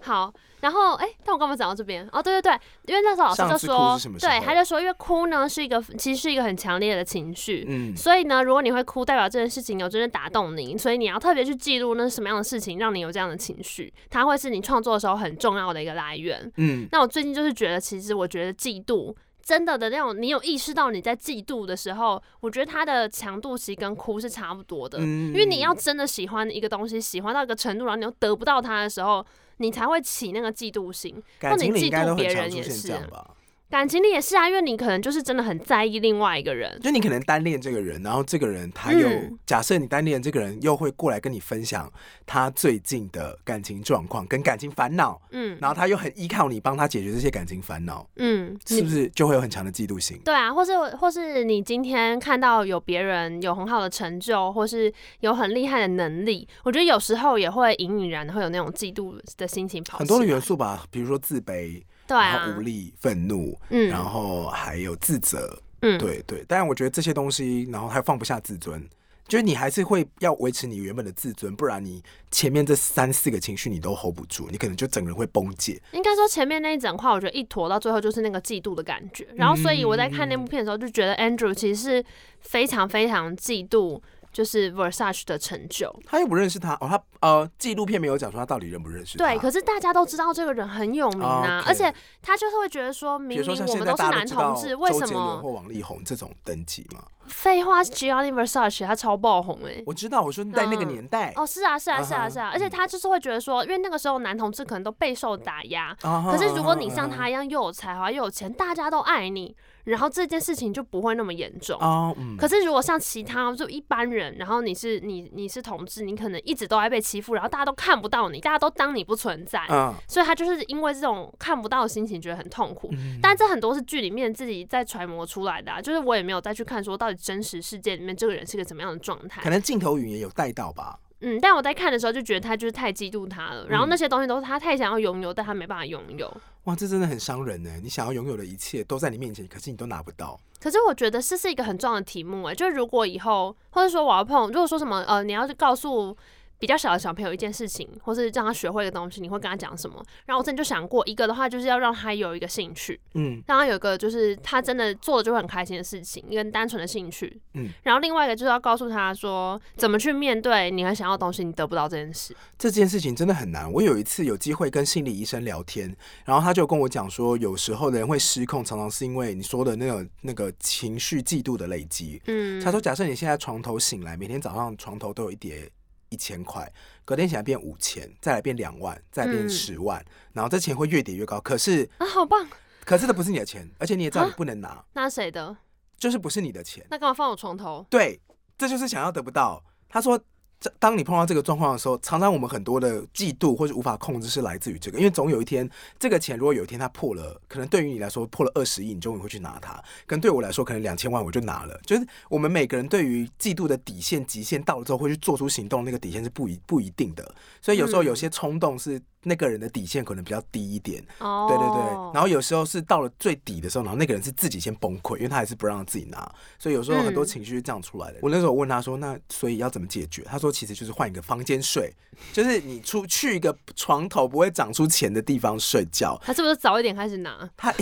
A: 好。然后哎、但我干嘛讲到这边？哦，对对对，因为那时候老师
B: 上
A: 就
B: 次哭
A: 说
B: 是什，么时
A: 对，
B: 候
A: 他就说，因为哭呢是一个，其实是一个很强烈的情绪。
B: 嗯，
A: 所以呢，如果你会哭，代表这件事情有真正打动你，所以你要特别去记录那是什么样的事情让你有这样的情绪，它会是你创作的时候很重要的一个来源。
B: 嗯，
A: 那我最近就是觉得，其实我觉得嫉妒真的的那种，你有意识到你在嫉妒的时候，我觉得它的强度其实跟哭是差不多的，
B: 嗯
A: 因为你要真的喜欢一个东西，喜欢到一个程度，然后你又得不到它的时候，你才会起那个嫉妒心。
B: 感情里应该都
A: 或
B: 很
A: 你嫉妒别
B: 常
A: 人
B: 出
A: 也
B: 现
A: 是啊
B: 这样吧？
A: 感情里也是啊，因为你可能就是真的很在意另外一个人，
B: 就你可能单恋这个人，然后这个人他又、
A: 嗯
B: 假设你单恋这个人又会过来跟你分享他最近的感情状况跟感情烦恼，
A: 嗯
B: 然后他又很依靠你帮他解决这些感情烦恼，
A: 嗯，你
B: 是不是就会有很强的嫉妒心？
A: 对啊，或是或是你今天看到有别人有很好的成就，或是有很厉害的能力，我觉得有时候也会隐隐然会有那种嫉妒的心情跑出
B: 很
A: 来。
B: 多的元素吧，比如说自卑，
A: 对啊
B: 然后，无力、愤怒，然
A: 嗯
B: 后还有自责，
A: 嗯，
B: 对对。但我觉得这些东西，然后还放不下自尊，就是你还是会要维持你原本的自尊，不然你前面这三四个情绪你都 hold 不住，你可能就整个人会崩解。
A: 应该说前面那一整块，我觉得一坨到最后就是那个嫉妒的感觉。然后，所以我在看
B: 嗯
A: 那部片的时候就觉得 Andrew 其实是非常非常嫉妒，就是 Versace 的成就。
B: 他又不认识他哦，他呃，纪录片没有讲说他到底认不认识他。
A: 对，可是大家都知道这个人很有名啊
B: OK
A: 而且他就是会觉得说，
B: 比
A: 明
B: 如
A: 明
B: 说像
A: 我
B: 现
A: 们
B: 在
A: 都是
B: 大家
A: 男
B: 知道
A: 同志，为
B: 周
A: 什
B: 杰伦
A: 么嗯
B: 或王力宏这种登记嘛？
A: 废话是，Gianni Versace 他超爆红哎、
B: 我知道，我说在那个
A: 嗯
B: 年代，
A: 哦，是啊，是啊，是
B: 啊哈
A: 啊，是啊，而且他就是会觉得说，因为那个时候男同志可能都备受打压，
B: 啊哈
A: 可是如果你
B: 啊
A: 像
B: 哈
A: 他一样又有才华又有钱，大家都爱你，然后这件事情就不会那么严重。
B: 啊哈哦，嗯，
A: 可是如果像其他就一般人，然后你是你你是同志，你可能一直都在被欺负，然后大家都看不到你，大家都当你不存在，
B: 嗯，
A: 所以他就是因为这种看不到的心情觉得很痛苦。
B: 嗯
A: 但这很多是剧里面自己在揣摩出来的、啊，就是我也没有再去看说到底真实世界里面这个人是个怎么样的状态
B: 可。能镜头语言有带到吧。
A: 嗯，但我在看的时候就觉得他就是太嫉妒他了，然
B: 嗯
A: 后那些东西都是他太想要拥有，但他没办法拥有。
B: 哇，这真的很伤人呢！你想要拥有的一切都在你面前，可是你都拿不到。
A: 可是我觉得这是一个很重要的题目哎、就是如果以后或者说我要碰，如果说什么呃，你要是告诉比较小的小朋友一件事情，或是让他学会一个东西，你会跟他讲什么？然后我真的就想过，一个的话就是要让他有一个兴趣，
B: 嗯，
A: 让他有一个就是他真的做的就会很开心的事情，一个单纯的兴趣。
B: 嗯，
A: 然后另外一个就是要告诉他说怎么去面对你很想要的东西，你得不到这件事。
B: 这件事情真的很难。我有一次有机会跟心理医生聊天，然后他就跟我讲说，有时候人会失控，常常是因为你说的那个那个情绪嫉妒的累积。
A: 嗯
B: 他说，假设你现在床头醒来，每天早上床头都有一叠一千块，隔天起来变五千，再来变两万，再来变
A: 嗯
B: 十万，然后这钱会越叠越高。可是，
A: 啊，好棒！
B: 可是这不是你的钱，而且你也知
A: 啊
B: 道你不能拿，
A: 那谁的？
B: 就是不是你的钱。
A: 那干嘛放我床头？
B: 对，这就是想要得不到。他说，这当你碰到这个状况的时候，常常我们很多的嫉妒或者无法控制是来自于这个，因为总有一天，这个钱如果有一天它破了，可能对于你来说破了二十亿，你终于会去拿它；，跟对我来说，可能两千万我就拿了。就是我们每个人对于嫉妒的底线、极限到了之后，会去做出行动，那个底线是不一不一定的。所以有时候
A: 嗯
B: 有些冲动是那个人的底线可能比较低一点，
A: 哦，
B: 对对对，然后有时候是到了最底的时候，然后那个人是自己先崩溃，因为他还是不让自己拿，所以有时候很多
A: 嗯
B: 情绪是这样出来的。我那时候问他说：“那所以要怎么解决？”他说：“其实就是换一个房间睡，就是你出去一个床头不会长出钱的地方睡觉。
A: 他是不是早一点开始拿？
B: 他”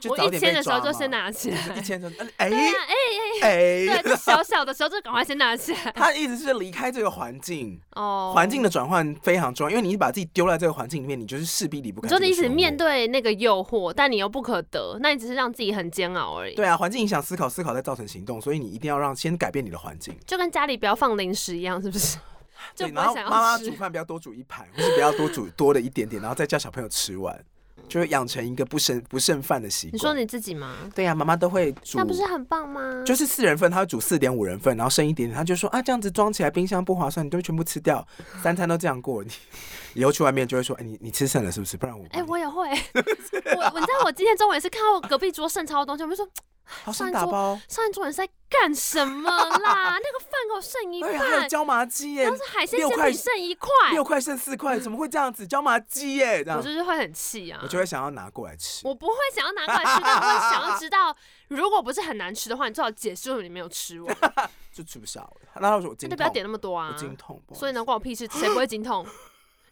B: 就
A: 我
B: 早
A: 一
B: 点
A: 签
B: 被
A: 的时候
B: 抓
A: 就先
B: 嘛，
A: 拿起
B: 一
A: 来。
B: 千的时候，哎
A: 对啊，
B: 哎
A: 哎，，对，就小小的时候就赶快先拿起来。
B: 他一直是离开这个环境。
A: 哦，
B: 环境的转换非常重要，因为你把自己丢在这个环境里面，你就是势必离不开
A: 你
B: 这
A: 说
B: 个漩涡。
A: 你只面对那个诱惑，但你又不可得，那你只是让自己很煎熬而已。
B: 对啊，环境影响思考，思考再造成行动，所以你一定要让先改变你的环境。
A: 就跟家里不要放零食一样，是不是？ 就
B: 对，
A: 不
B: 然
A: 会
B: 后
A: 想
B: 妈妈
A: 要
B: 煮
A: 吃。
B: 饭不要多煮一盘，或是不要多煮多的一点点，然后再叫小朋友吃完，就会养成一个不剩不剩饭的习惯。
A: 你说你自己吗？
B: 对呀、啊妈妈都会煮
A: 那，不是很棒吗？
B: 就是四人份，她会煮四点五人份，然后剩一点点，她就说啊这样子装起来冰箱不划算，你都全部吃掉，三餐都这样过，你以后去外面就会说，哎、你你吃剩了是不是？不然我
A: 哎、我 也会。我你知道我今天中午也是看到隔壁桌剩超多东西，我就说
B: 好
A: 上
B: 想
A: 一
B: 打
A: 桌
B: 包，
A: 上一桌人是在干什 么啦？那个饭给我剩一
B: 哎还有
A: 半，
B: 椒麻鸡耶
A: 要，是海鲜
B: 六
A: 煎
B: 块
A: 饼剩一块，
B: 六块剩四块，怎么会这样子？椒麻鸡耶，这
A: 我
B: 样
A: 就是会很气啊
B: 我。就会想要拿过来吃。
A: 我不会想要拿过来吃，但我会想要知道，如果不是很难吃的话，你最好解释为什么你没有吃完，
B: 就吃不下了。那我说我经
A: 那
B: 痛，
A: 就不要点那么多
B: 我
A: 啊。
B: 经痛，不好
A: 所以
B: 意思
A: 呢，关我屁事，谁不会经痛？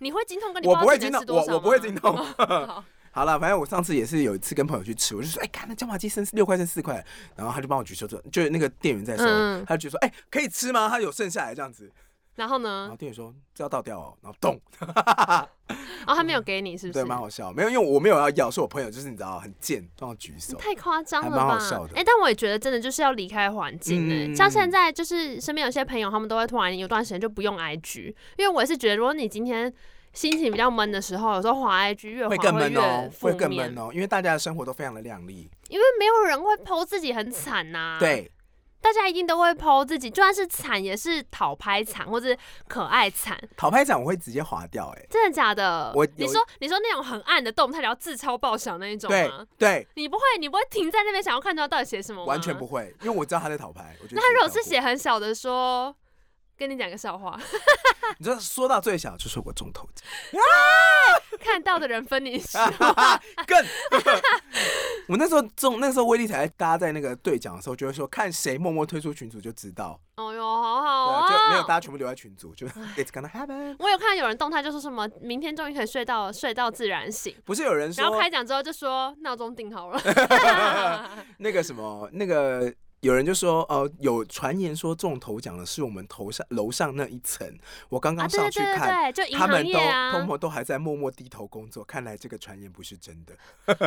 A: 你会经痛，跟你
B: 我
A: 知
B: 不
A: 道
B: 会
A: 自己
B: 经痛
A: 能吃，多
B: 我
A: 少
B: 我不会
A: 吗
B: 经痛。
A: 好
B: 好了，反正我上次也是有一次跟朋友去吃，我就说，哎、看那椒麻鸡剩六块剩四块，然后他就帮我举手，就就是那个店员在收，
A: 嗯
B: 他就说，哎、可以吃吗？他有剩下来这样子，
A: 然后
B: 然后
A: 呢？
B: 店员说这要倒掉哦，然后咚，
A: 哦，他没有给你，是
B: 嗯
A: 不
B: 对，
A: 是？
B: 蛮好笑，没有，因为我没有要咬，是我朋友，就是你知道很贱，帮我举手，
A: 太夸张了
B: 还蛮好
A: 吧
B: 笑？的
A: 哎、但我也觉得真的就是要离开环境哎、
B: 嗯
A: 像现在就是身边有些朋友，他们都会突然有段时间就不用 IG，因为我也是觉得，如果你今天心情比较闷的时候，有时候滑 IG 越滑
B: 会更闷
A: 越
B: 哦，
A: 负
B: 会更
A: 面
B: 闷，哦，因为大家的生活都非常的靓丽，
A: 因为没有人会 PO 自己很惨呐、，
B: 对，
A: 大家一定都会 PO 自己，就算是惨也是讨拍惨或者可爱惨，
B: 讨拍展我会直接划掉、哎，
A: 真的假的？
B: 我
A: 你
B: 有
A: 说你说那种很暗的动态，然后自超爆响那一种
B: 对
A: 吗？
B: 对，
A: 你不会你不会停在那边想要看到他到底写什么吗？
B: 完全不。会，因为我知道他在讨拍，我觉得
A: 啊那他如果
B: 自
A: 是
B: 己
A: 写很小的说，跟你讲个笑话，
B: 你知道说到最小就是我中头奖，
A: 看到的人分 你吃。
B: 更。我那时候中，那时候威力才大家在那个兑奖的时候，就会说看谁默默退出群组就知道，
A: 哦哟，好好
B: 对、
A: 哦。
B: 啊，就没有大家全部留在群组，就是 it's gonna happen。
A: 我有看到有人动态就说什么，明天终于可以睡到了睡到自然醒，
B: 不是有人
A: 然后
B: 说
A: 开奖之后就说闹钟定好了。
B: 那个什么那个。有人就说，呃，有传言说中头奖的是我们头上楼上那一层。我刚
A: 啊，
B: 刚
A: 对
B: 上
A: 对
B: 去
A: 对
B: 看，
A: 对对，就银
B: 他
A: 行
B: 们
A: 业
B: 都、通
A: 啊。
B: 通都还在默默低头工作，看来这个传言不是真的。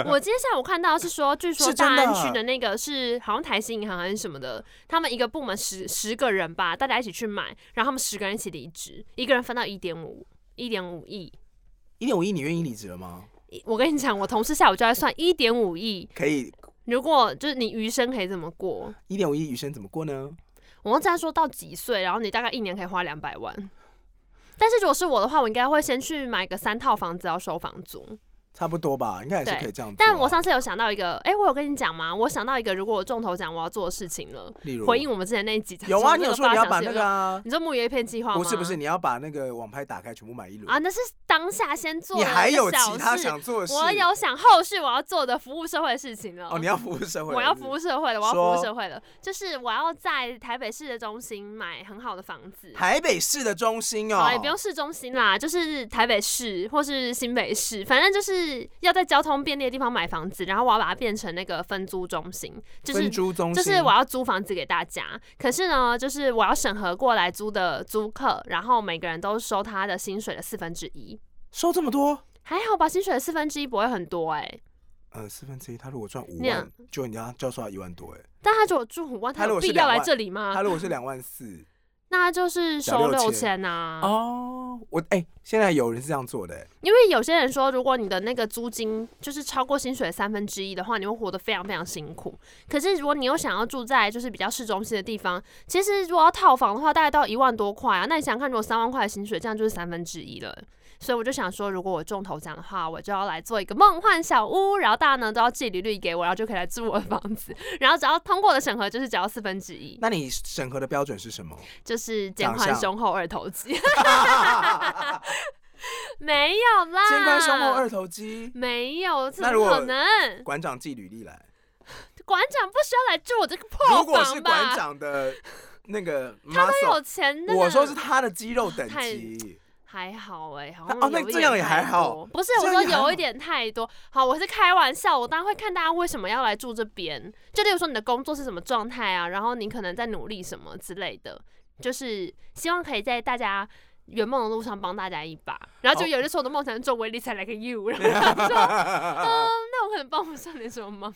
A: 我今天下午看到是说，据说
B: 是真
A: 大
B: 的
A: 安区的那个是好像台新银行还是什么的，他们一个部门十十个人吧，大家一起去买，然后他们十个人一起离职，一个人分到一点五一点五亿。
B: 一点五亿，你愿意离职了吗？
A: 我跟你讲，我同事下午就在算一点五亿，
B: 可以，
A: 如果就是你余生可以怎么过？
B: 一点五亿余生怎么过呢？
A: 我忘记他说到几岁，然后你大概一年可以花两百万。但是如果是我的话，我应该会先去买个三套房子，要收房租。
B: 差不多吧，应该也是
A: 对
B: 可以这样做啊。
A: 但我上次有想到一个，哎、我有跟你讲吗？我想到一个，如果我中头奖我要做的事情了。
B: 例如
A: 回应我们之前那一集，
B: 有啊，你有
A: 这
B: 说
A: 个
B: 你要
A: 八
B: 把
A: 小时
B: 那
A: 有
B: 个啊，
A: 你说木鱼一片计划吗？
B: 不是不是，你要把那个网拍打开，全部买一轮
A: 啊，。那是当下先做
B: 你
A: 的
B: 还有
A: 一个小
B: 其他
A: 事
B: 想做的事？
A: 我有想后续我要做的服务社会的事情了。
B: 哦，你要服务社会，
A: 我要服
B: 服
A: 务社会了，我要服务
B: 说
A: 社会了，就是我要在台北市的中心买很好的房子。
B: 台北市的中心哦
A: 好啦，也不用市中心啦，就是台北市或是新北市，反正就是要在交通便利的地方买房子，然后我要把它变成那个分租中心，就是
B: 分租中
A: 就
B: 心，
A: 是我要租房子给大家，可是呢，就是我要审核过来租的租客，然后每个人都收他的薪水的四分之一，
B: 收这么多，
A: 还好吧，薪水的四分之一不会很多哎、
B: 呃，四分之一，他如果赚五
A: 那样
B: 万，就你要就要收他一万多，哎，
A: 但他如果住五万，
B: 他
A: 他
B: 如
A: 有
B: 果是
A: 必要
B: 两
A: 来
B: 万
A: 这里吗
B: 他？如果是两万 四，
A: 那他就是收
B: 缴
A: 六
B: 六
A: 千啊呐、
B: 哦，我哎，现在有人是这样做的，哎
A: 因为有些人说，如果你的那个租金就是超过薪水的三分之一的话，你会活得非常非常辛苦。可是如果你又想要住在就是比较市中心的地方，其实如果要套房的话，大概到一万多块啊。那你想想看，如果三万块的薪水，这样就是三分之一了。所以我就想说，如果我中头奖的话，我就要来做一个梦幻小屋，然后大家呢都要寄履历给我，然后就可以来租我的房子。然后只要通过我的审核，就是只要四分之一，
B: 那你审核的标准是什么？
A: 就是肩
B: 长
A: 宽
B: 相
A: 胸厚二头肌。 没有啦，
B: 肩宽胸后二头肌，
A: 没有，怎
B: 那如
A: 么
B: 果
A: 可能？
B: 馆长寄履历来。
A: 馆长不需要来住我这个破
B: 如
A: 房吧？
B: 果是馆长的那个
A: 他
B: muscle，
A: 有钱的，
B: 我说是他的肌肉等
A: 太
B: 级。
A: 还好哎、好像
B: 哦那
A: 有一
B: 这
A: 点
B: 样也还
A: 太
B: 好
A: 多，不是
B: 这
A: 我
B: 样
A: 说
B: 也还
A: 有
B: 好
A: 一点太多。好，我是开玩笑，我当然会看大家为什么要来住这边。就例如说你的工作是什么状态啊，然后你可能在努力什么之类的，就是希望可以在大家。圆梦的路上帮大家一把，然后就
B: 好
A: 有人说我的梦想是中威力才来个 you，然 后我想说，嗯，那我可能帮不上你什么忙。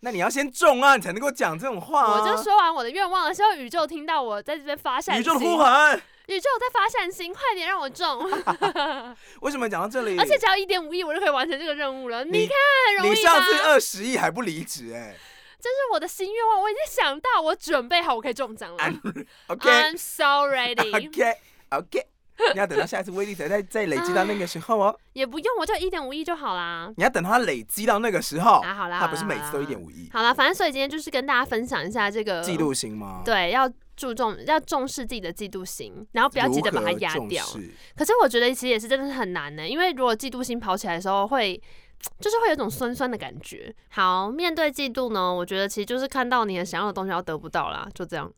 B: 那你要先中啊，你才能够讲这种话、啊。
A: 我就说完我的愿望了，希望宇宙听到我在这边发善心。
B: 宇宙的呼喊。
A: 宇宙在发善心，快点让我中！
B: 啊为什么讲到这里？
A: 而且只要一点五亿，我就可以完成这个任务了。
B: 你
A: 你看，容
B: 你
A: 易
B: 上
A: 吧？
B: 次二十亿还不离职哎
A: 这是我的新愿望，我已经想到，我准备好，我可以中奖了。
B: ，OK
A: I'm so ready，
B: OK OK，你要等到下一次威力才再再累积到那个时候哦，
A: 也不用，我就一点五亿就好啦。
B: 你要等他累积到那个时候，
A: 啊，好啦，
B: 他不是
A: 好啦
B: 每次都一点。五亿，
A: 好啦好啦，反正所以今天就是跟大家分享一下这个
B: 嫉妒心吗？，
A: 对，要注重要重视自己的嫉妒心，然后不要急着把它压掉。
B: 重视
A: 可是我觉得其实也是真的是很难呢，因为如果嫉妒心跑起来的时候会。就是会有一种酸酸的感觉。好，面对嫉妒呢，我觉得其实就是看到你很想要的东西，然后得不到啦，就这样。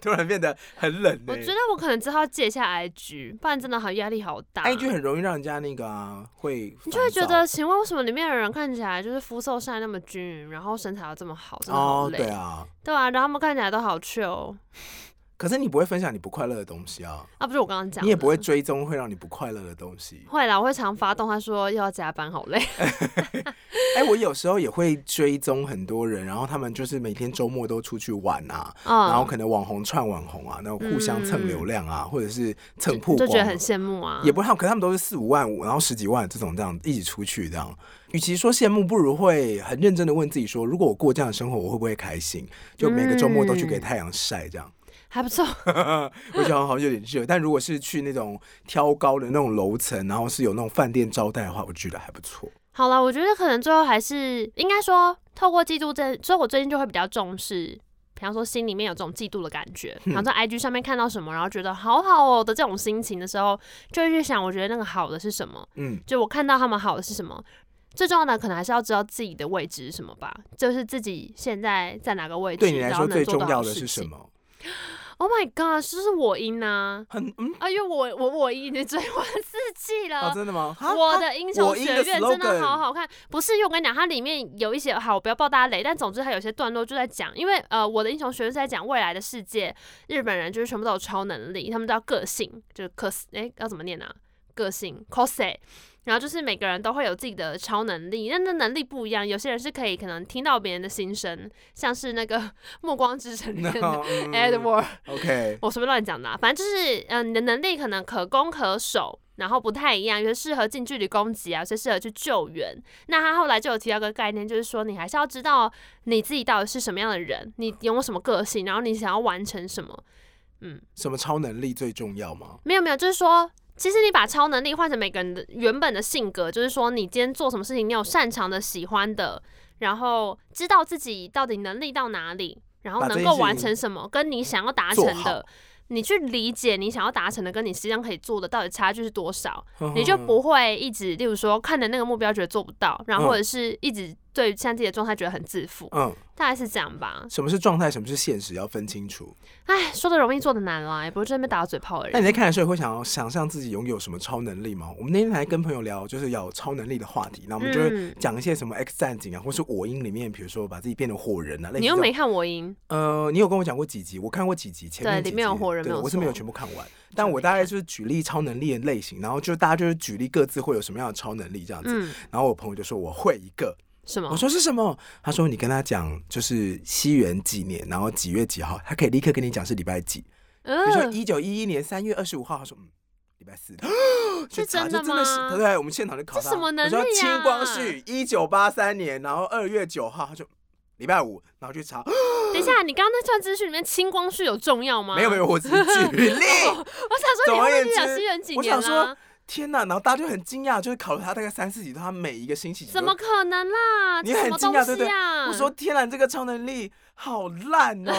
B: 突然变得很冷、欸。
A: 我觉得我可能之后要戒下 IG，不然真的好压力好大。
B: IG 哎很容易让人家那个啊，会
A: 你就会觉
B: 烦躁
A: 得，请问为什么里面的人看起来就是肤色晒得那么均匀，然后身材又这么好，真的好
B: 哦，
A: 累，
B: 对啊。
A: 对啊，然后他们看起来都好 chill
B: 可是你不会分享你不快乐的东西啊，
A: 啊，不是我刚刚讲的，
B: 你也不会追踪会让你不快乐的东 西。
A: 会啦，我会常发动他说又要加班，好累。
B: 哎、我有时候也会追踪很多人，然后他们就是每天周末都出去玩啊，
A: 嗯，
B: 然后可能网红串网红啊，那种互相蹭流量啊，或者是蹭曝
A: 就
B: 光啊、
A: 觉得很羡慕啊，
B: 也不是他们，可是他们都是四五万五，然后十几万这种这样一起出去这样。与其说羡慕，不如会很认真的问自己说，如果我过这样的生活，我会不会开心？就每个周末都去
A: 嗯
B: 给太阳晒这样。
A: 还不错。
B: 我觉得好像有点热，但如果是去那种挑高的那种楼层，然后是有那种饭店招待的话，我觉得还不错。
A: 好了，我觉得可能最后还是应该说，透过嫉妒这，所以我最近就会比较重视，比方说心里面有这种嫉妒的感觉，比方说 IG 上面看到什么，然后觉得好好哦的这种心情的时候，就会去想，我觉得那个好的是什么，
B: 嗯，
A: 就我看到他们好的是什么。最重要的可能还是要知道自己的位置是什么吧，就是自己现在在哪个位置，
B: 对你来
A: 然后
B: 说
A: 能
B: 最
A: 做
B: 重
A: 到
B: 要
A: 的
B: 的
A: 事
B: 是什
A: 情
B: 么？
A: ？Oh my god，是不是我赢啊？
B: 很嗯，
A: 啊，因为我我我赢，你追完四季了
B: 哦，，真的吗？哈
A: 呃我
B: 哈
A: 的英雄
B: 我
A: 学
B: 赢的
A: 院真的
B: slogan
A: 好好看，不是？因为我跟你讲，它里面有一些好，我不要爆大家雷，但总之它有些段落就在讲，因为呃，我的英雄学院是在讲未来的世界，日本人就是全部都有超能力，他们叫个性，就是可哎、要怎么念啊？个性 cos，然后就是每个人都会有自己的超能力，但那能力不一样，有些人是可以可能听到别人的心声，像是那个 《暮光之城》里面 的 哎
B: 嗯
A: Edward，
B: OK，
A: 呃我随便乱讲的、啊，反正就是，嗯、你的能力可能可攻可守，然后不太一样，有些适合近距离攻击啊，有些适合去救援。那他后来就有提到一个概念，就是说你还是要知道你自己到底是什么样的人，你拥有什么个性，然后你想要完成什么。嗯，
B: 什么超能力最重要吗？
A: 没有没有，就是说，其实你把超能力换成每个人的原本的性格，就是说你今天做什么事情，你有擅长的、喜欢的，然后知道自己到底能力到哪里，然后
B: 把这
A: 能
B: 件
A: 够
B: 事
A: 完
B: 情
A: 成什么，跟你想要达
B: 做
A: 成的
B: 好，
A: 你去理解你想要达成的，跟你实际上可以做的到底差距是多少。
B: 呵呵
A: 你就不会一直，例如说看着那个目标觉得做不到，然后
B: 嗯
A: 或者是一直对现在自己的状态觉得很自负，
B: 嗯，
A: 大概是这样吧。
B: 什么是状态，什么是现实，要分清楚。
A: 唉，说的容易做的难啦，也不是真被打嘴炮而
B: 那你
A: 已。
B: 在看的时候，也会想要想象自己拥有什么超能力吗？我们那天还跟朋友聊，就是要有超能力的话题，那我们就会
A: 嗯
B: 讲一些什么 X 战警啊，或是我英里面，比如说把自己变成火人啊，类似
A: 你又
B: 这种
A: 没看我赢，
B: 呃，你有跟我讲过几集，我看过几集，前面
A: 对
B: 几
A: 里面有
B: 集
A: 活人
B: 对
A: 没有
B: 我是没有
A: 错
B: 全部看完，但我大概就是举例超能力的类型，然后就大家就是举例各自会有什么样的超能力这样子，
A: 嗯，哦
B: 然后我朋友就说我会一个，
A: 什么
B: 我？说是什么？他说你跟他讲就是西元几年，然后几月几号，他可以立刻跟你讲是礼拜几。比如说
A: 嗯，
B: 一九一一年三月二十五号，他说嗯，礼拜四， 去
A: 是
B: 查
A: 真的
B: 就真的是，
A: 吗
B: 他对我们现场就考
A: 这
B: 他，
A: 什么能
B: 我说
A: 力
B: 清
A: 啊
B: 光绪一九八三年，然后二月九号，他就礼拜五，然后去查，
A: 等一下，你刚刚那段资讯里面清光绪有重要吗？
B: 嗯
A: 哦
B: 没有没有，，我只是举例。
A: 我想说你
B: 总而
A: 会
B: 言
A: 不会讲
B: 之
A: 西元几
B: 我
A: 年啊
B: 想说
A: 啦？
B: 天呐！然后大家就很惊讶，就是考了他大概三四集，他每一个星期
A: 怎么
B: 都？
A: 可能啦？
B: 你
A: 这什
B: 很
A: 么
B: 惊
A: 东
B: 讶对不
A: 西
B: 对
A: 啊？
B: 我说天呐，你这个超能力好烂哦！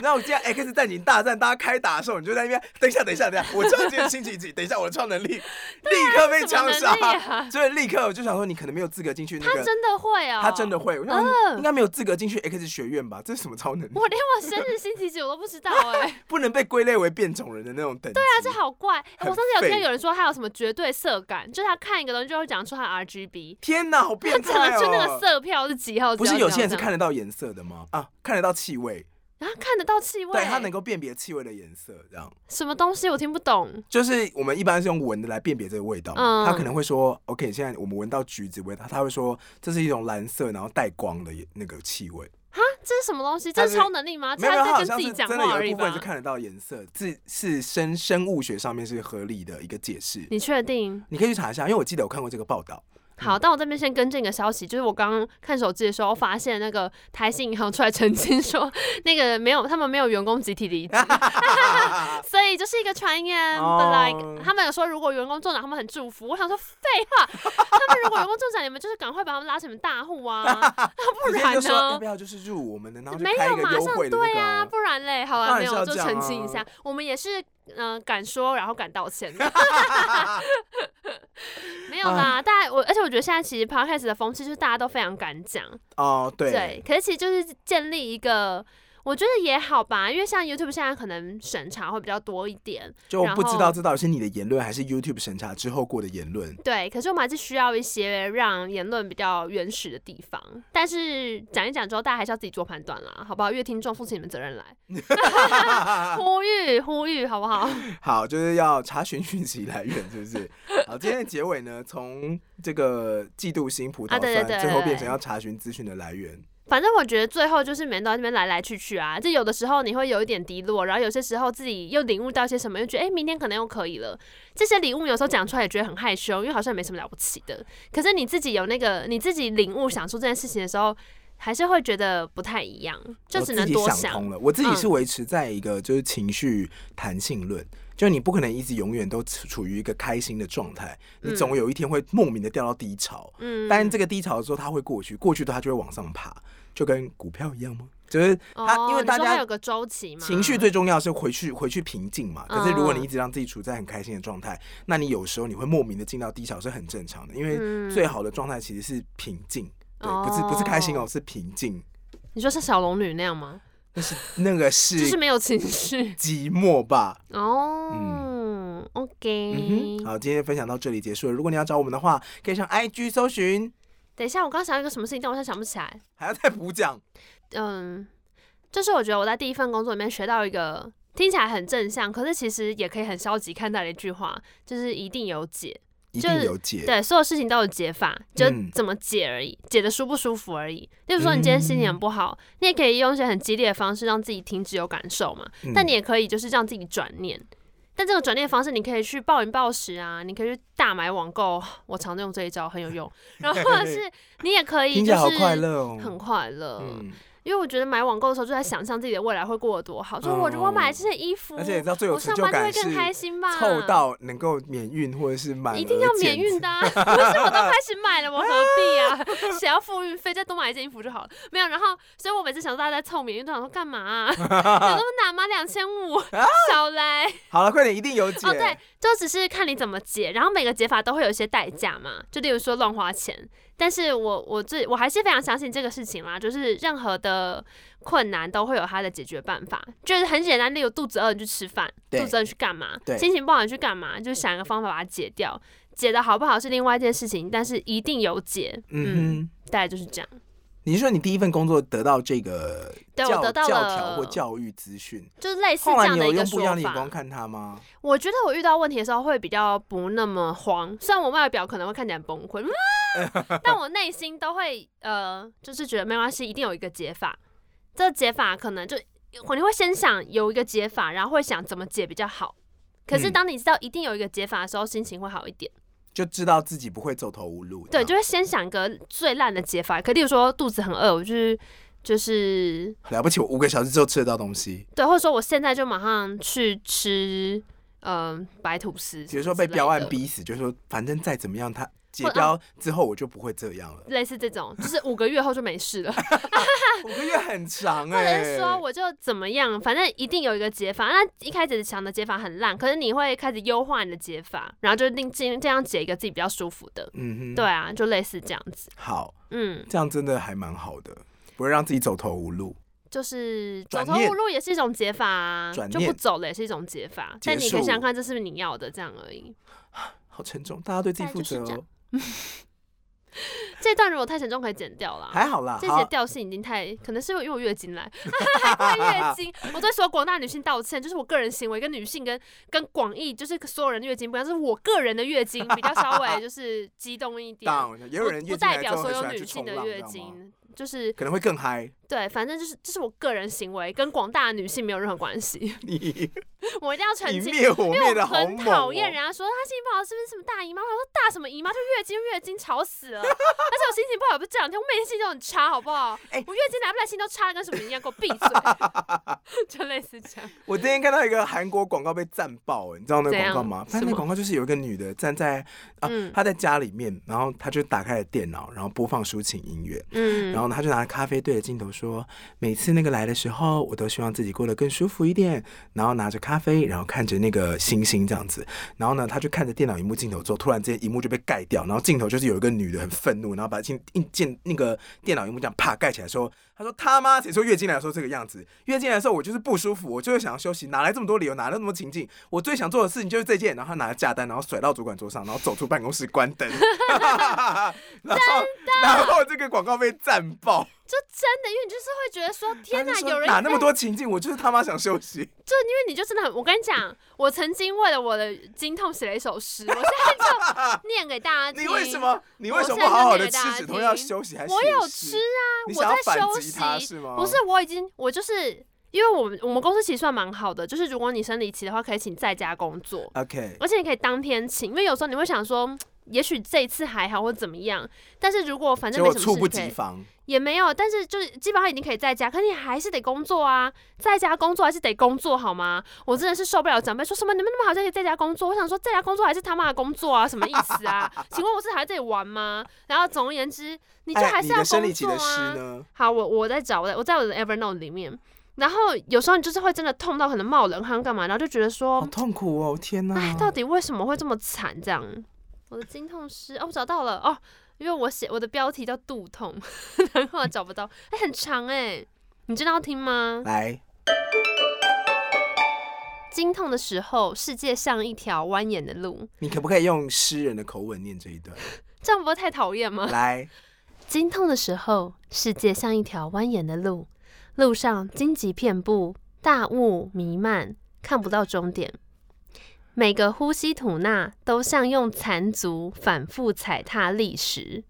B: 然后我今天 X 战警大战大家开打的时候，你就在那边等一下，等一下，等一下，我知道今天星期几，等一下我的超能力立刻被枪
A: 什么能力
B: 杀
A: 啊，
B: 所以立刻我就想说你可能没有资格进去那
A: 他
B: 个，
A: 真的会哦，
B: 他真的会，我想说应该没有资格进去 X 学院吧？这是什么超能力？
A: 我连我生日星期几我都不知道哎、
B: 不能被归类为变种人的那种等级。对啊，
A: 这好怪、欸我
B: 很
A: 上次有听
B: 废
A: 有人说他有什么绝对色感，就是他看一个东西就会讲出他 RGB，
B: 天呐，好变
A: 怎么
B: 态哦！
A: 就那个色票是几号？
B: 不是
A: 几号
B: 有些人是
A: 几号
B: 看得到颜色的吗？啊，看得到气味，
A: 这样啊看得到气味，
B: 对，它能够辨别气味的颜色，这样
A: 什么东西我听不懂，
B: 就是我们一般是用闻的来辨别这个味道嘛。
A: 嗯
B: 他可能会说，OK，现在我们闻到橘子味，他他会说这是一种蓝色，然后带光的那个气味。
A: 这是什么东西？
B: 他
A: 这
B: 是
A: 是超能力吗？
B: 没有，没有，他
A: 啊他
B: 好
A: 在跟
B: 像
A: 自
B: 是
A: 己
B: 真
A: 讲
B: 的
A: 话
B: 有
A: 而
B: 一
A: 已
B: 部分
A: 吧
B: 是？看得到颜色，这是生生物学上面是合理的一个解释。
A: 你确定？
B: 你可以去查一下，因为我记得我看过这个报 道。
A: 好，但我这边先更正一个消息，就是我刚刚看手机的时候发现那个台信银行出来澄清说，那个没有，他们没有员工集体离职， 所以就是一个传言。
B: 哦
A: But like 他们有说，如果员工中奖，他们很祝福。我想说，废话，他们如果员工中奖，你们就是赶快把他们拉成大 户啊，不
B: 直接
A: 然
B: 就说要
A: 呢
B: 不？要就是入我们的，然后就
A: 没
B: 开一
A: 有，
B: 个
A: 马
B: 优
A: 上
B: 惠的那
A: 对
B: 个
A: 啊，
B: 啊。
A: 不然嘞，好了，
B: 当然
A: 没
B: 是
A: 有
B: 要
A: 就
B: 这样
A: 澄清
B: 啊
A: 一下，我们也是嗯、呃敢说，然后敢道歉的。 没有啦，大家我而且我觉得现在其实 podcast 的风气就是大家都非常敢讲，
B: 哦，对，
A: 对，可是其实就是建立一个。我觉得也好吧，因为像 YouTube 现在可能审查会比较多一点，
B: 就
A: 然
B: 不知
A: 后
B: 道这到底是你的言论，还是 YouTube 审查之后过的言论。
A: 对，可是我们还是需要一些让言论比较原始的地方。但是讲一讲之后，大家还是要自己做判断啦，好不好？越听众负起你们责任来， 呼吁呼吁，好不好？
B: 好，就是要查询讯息来源，是不是？好，今天的结尾呢，从这个嫉妒心葡萄酸，
A: 啊对对对
B: 最后变
A: 对
B: 成要查询资讯的来源。
A: 反正我觉得最后就是每人都在那边来来去去啊，就有的时候你会有一点低落，然后有些时候自己又领悟到些什么，又觉得哎、诶明天可能又可以了。这些领悟有时候讲出来也觉得很害羞，因为好像也没什么了不起的。可是你自己有那个你自己领悟想出这件事情的时候，还是会觉得不太一样，就
B: 我
A: 只
B: 自
A: 能
B: 己
A: 多嗯
B: 想通了，我自己是维持在一个就是情绪弹性论。就你不可能一直永远都处处于一个开心的状态，你
A: 嗯
B: 总有一天会莫名的掉到低潮。
A: 嗯，
B: 但这个低潮的时候，它会过去，过去的它就会往上爬，就跟股票一样吗？就是它，
A: 哦
B: 因为
A: 你
B: 大
A: 说它
B: 家
A: 有个周期嘛，
B: 情绪最重要是回去回去平静嘛。可是如果你
A: 嗯
B: 一直让自己处在很开心的状态，那你有时候你会莫名的进到低潮是很正常的，因为
A: 嗯
B: 最好的状态其实是平静，对，不是不是开心哦，是平静，
A: 你说像小龙女那样吗？
B: 那个
A: 就是
B: 是
A: 没有情绪
B: 寂寞吧。
A: 哦。o
B: 嗯
A: k
B: 哼，好，今天分享到这里结束了。如果你要找我们的话，可以上 IG 搜寻，
A: 等一下，我刚想到一个什么事情，但我现在想不起来。
B: 还要再补讲。
A: 嗯，就是我觉得我在第一份工作里面学到一个听起来很正向，可是其实也可以很消极看待的一句话，就是一定有解。
B: 一
A: 就
B: 定
A: 是
B: 有解，
A: 对，所有事情都有解法，就
B: 嗯
A: 怎么解而已，解的舒不舒服而已。例如说你今天
B: 嗯
A: 心情很不好，你也可以用一些很激烈的方式让自己停止有感受嘛，
B: 嗯
A: 但你也可以就是让自己转念。但这个转念方式，你可以去暴饮暴食啊，你可以去大买网购，我常用这一招很 有用。然后或者是你也可以，
B: 听起
A: 就
B: 来好
A: 是
B: 快乐哦。
A: 很快乐。
B: 嗯，
A: 因为我觉得买网购的时候就在想象自己的未来会过得多好，说我如果买这些衣服，
B: 哦而且你知道最有
A: 我
B: 成
A: 上
B: 就
A: 班就
B: 感
A: 会
B: 是
A: 更开心吧？
B: 凑到能够免运或者是满额
A: 一定要
B: 减
A: 免运的、啊， 不是我都开始买了，我何必 啊？谁要付运费？再多买一件衣服就好了。没有，然后，所以我每次想到大家在凑免运，都想说干嘛、 啊？有那么难吗？两千五，
B: 啊
A: 少来。
B: 好了，快点，一定有解。
A: 哦，对，就只是看你怎么解，然后每个解法都会有一些代价嘛，就例如说乱花钱。但是我我最我还是非常相信这个事情啦，就是任何的困难都会有它的解决办法，就是很简单，例如肚子饿你去吃饭，
B: 对
A: 肚子饿你去干嘛
B: 对，
A: 心情不好你去干嘛，就想一个方法把它解掉。解的好不好是另外一件事情，但是一定有解。嗯，
B: 嗯哼，
A: 大概就是这样。
B: 你是说你第一份工作得到这个
A: 对
B: 教
A: 我得到
B: 教条或
A: 了，
B: 教育资讯，
A: 就是类似
B: 后
A: 这
B: 来
A: 样
B: 你
A: 的
B: 有
A: 一个
B: 用不一样
A: 说
B: 的眼
A: 法
B: 光。看他吗？
A: 我觉得我遇到问题的时候会比较不那么慌，虽然我外表可能会看起来很崩溃，啊 但我内心都会呃，就是觉得没关系，一定有一个解法。这个解法可能就你会先想有一个解法，然后会想怎么解比较好。可是
B: 嗯
A: 当你知道一定有一个解法的时候，心情会好一点。
B: 就知道自己不会走投无路。
A: 对，
B: 这
A: 就
B: 样
A: 会先想一个最烂的解法。可例如说肚子很饿，我就是就是
B: 了不起，我五个小时之后吃得到东西。
A: 对，或者说我现在就马上去吃嗯、呃白吐司，
B: 比如说被标案
A: 完毕。
B: 逼死，就说反正再怎么样，他解
A: 或
B: 标之后我就不会这样 了。
A: 类似这种，就是五个月后就没事 了，
B: 五个月很长
A: 或
B: 哎、
A: 者是说我就怎么样，反正一定有一个解法。那一开始想的解法很烂，可是你会开始优化你的解法，然后就另尽这样解一个自己比较舒服的。
B: 嗯哼，
A: 对，啊，就类似这样子。
B: 好，
A: 嗯，
B: 这样真的还蛮好的，不会让自己走投无路。
A: 就是走
B: 转
A: 投
B: 念
A: 无路也是一种解法啊
B: 转，
A: 就
B: 念
A: 不走了也是一种解法。
B: 结
A: 但你可以
B: 束
A: 想想看，这是不是你要的这样而已。
B: 好沉重，大家对自己
A: 大概
B: 负
A: 就是
B: 责
A: 这样
B: 哦。
A: 这段如果太沉重，可以剪掉啦。
B: 还好啦，
A: 这些
B: 好，
A: 调性已经太，可能是因为我月经来，快月经。我对所有广大女性道歉，就是我个人行为跟女性跟跟广义就是所有人的月经不一样，就是我个人的月经比较稍微就是激动一点，
B: 当然也有人
A: 不
B: 月经
A: 不代
B: 来之
A: 表
B: 后
A: 所
B: 很喜
A: 有
B: 欢
A: 女
B: 去
A: 性
B: 冲
A: 的
B: 浪，
A: 月
B: 你知道吗
A: 经。就是
B: 可能会更嗨。
A: 对，反正就是这是我个人行为，跟广大女性没有任何关系。
B: 你
A: 我一定要澄
B: 你
A: 清，
B: 灭我
A: 因为
B: 灭
A: 我
B: 的好
A: 很
B: 猛、
A: 讨
B: 哦，
A: 厌人家说他心情不好是不是什么大姨妈，我想说大什么姨妈就月经月经吵死了，而且 我心情不好不是这两天，我每天心情都很差，好不好？
B: 哎
A: 我月经来不来心都差的跟什么一样，给我闭嘴， 就类似这样。
B: 我今天看到一个韩国广告被赞爆、欸你知道那个
A: 怎
B: 广
A: 样
B: 告吗？反正
A: 什
B: 那
A: 么
B: 广告就是有一个女的站在啊，
A: 嗯
B: 她在家里面，然后她就打开了电脑，然后播放抒情音乐，
A: 嗯，
B: 然后她就拿咖啡对着镜头说：“每次那个来的时候，我都希望自己过得更舒服一点。”然后拿着咖啡，然后看着那个星星这样子，然后呢，她就看着电脑荧幕镜头之后，突然之间荧幕就被盖掉，然后镜头就是有一个女的很愤怒，然后把镜一见那个电脑荧幕这样啪盖起来说：“他说他妈，谁说月经来的时候这个样子？月经来的时候我就是不舒服，我就是想要休息，哪来这么多理由，哪来那么多情境？我最想做的事情就是这件。然后他拿着价单，然后甩到主管桌上，然后走出办公室关灯。 然后，然后这个广告被赞爆，
A: 就真的，因为你就是会觉得说，天
B: 他就
A: 哪，
B: 说
A: 有人
B: 哪那么
A: 在
B: 多情境，我就是他妈想休息。
A: 就因为你就真的很，我跟你讲，我曾经为了我的经痛写了一首诗，我现在 就念给 大家听。
B: 你为什？么？你为
A: 我
B: 什么不
A: 现在
B: 好好
A: 就
B: 的
A: 给
B: 吃
A: 大家
B: 止痛药
A: 听
B: 休息？还
A: 我
B: 写
A: 有
B: 诗
A: 吃啊，
B: 你
A: 我
B: 想要
A: 在
B: 反
A: 休
B: 击他
A: 息
B: 是吗？
A: 不是，我已经我就是因为我们我们公司其实算蛮好的，就是如果你生理期的话，可以请在家工作，
B: ，OK，
A: 而且你可以当天请，因为有时候你会想说，嗯也许这一次还好或怎么样，但是如果反
B: 结
A: 正没
B: 果
A: 什么
B: 猝不
A: 事可
B: 及
A: 以，
B: 防。
A: 也没有，但是就是基本上已经可以在家，可是你还是得工作啊，在家工作还是得工作好吗？我真的是受不了长辈说什么你们那么好就可以在家工作，我想说在家工作还是他妈的工作啊，什么意思啊？ 请问我是还在这里玩吗？然后总而言之，你就
B: 哎
A: 还是
B: 你的
A: 要工作啊。
B: 生理期的诗呢？
A: 好，我我在找，我在我在我的 Evernote 里面。然后有时候你就是会真的痛到可能冒冷汗干嘛，然后就觉得
B: 好
A: 说，
B: 痛苦哦！天哪，
A: 哎，到底为什么会这么惨？这样，我的经痛师哦，我找到了哦，因为我写我的标题叫肚痛， 然后找不到，哎，很长哎、你真的要听吗？
B: 来，
A: 经痛的时候，世界像一条蜿蜒的路，
B: 你可不可以用诗人的口吻念这一 段？
A: 这样不会太讨厌吗？
B: 来，
A: 经痛的时候，世界像一条蜿蜒的路，路上荆棘遍布，大雾弥漫，看不到终点。每个呼吸吐纳都像用残足反复踩踏砾石，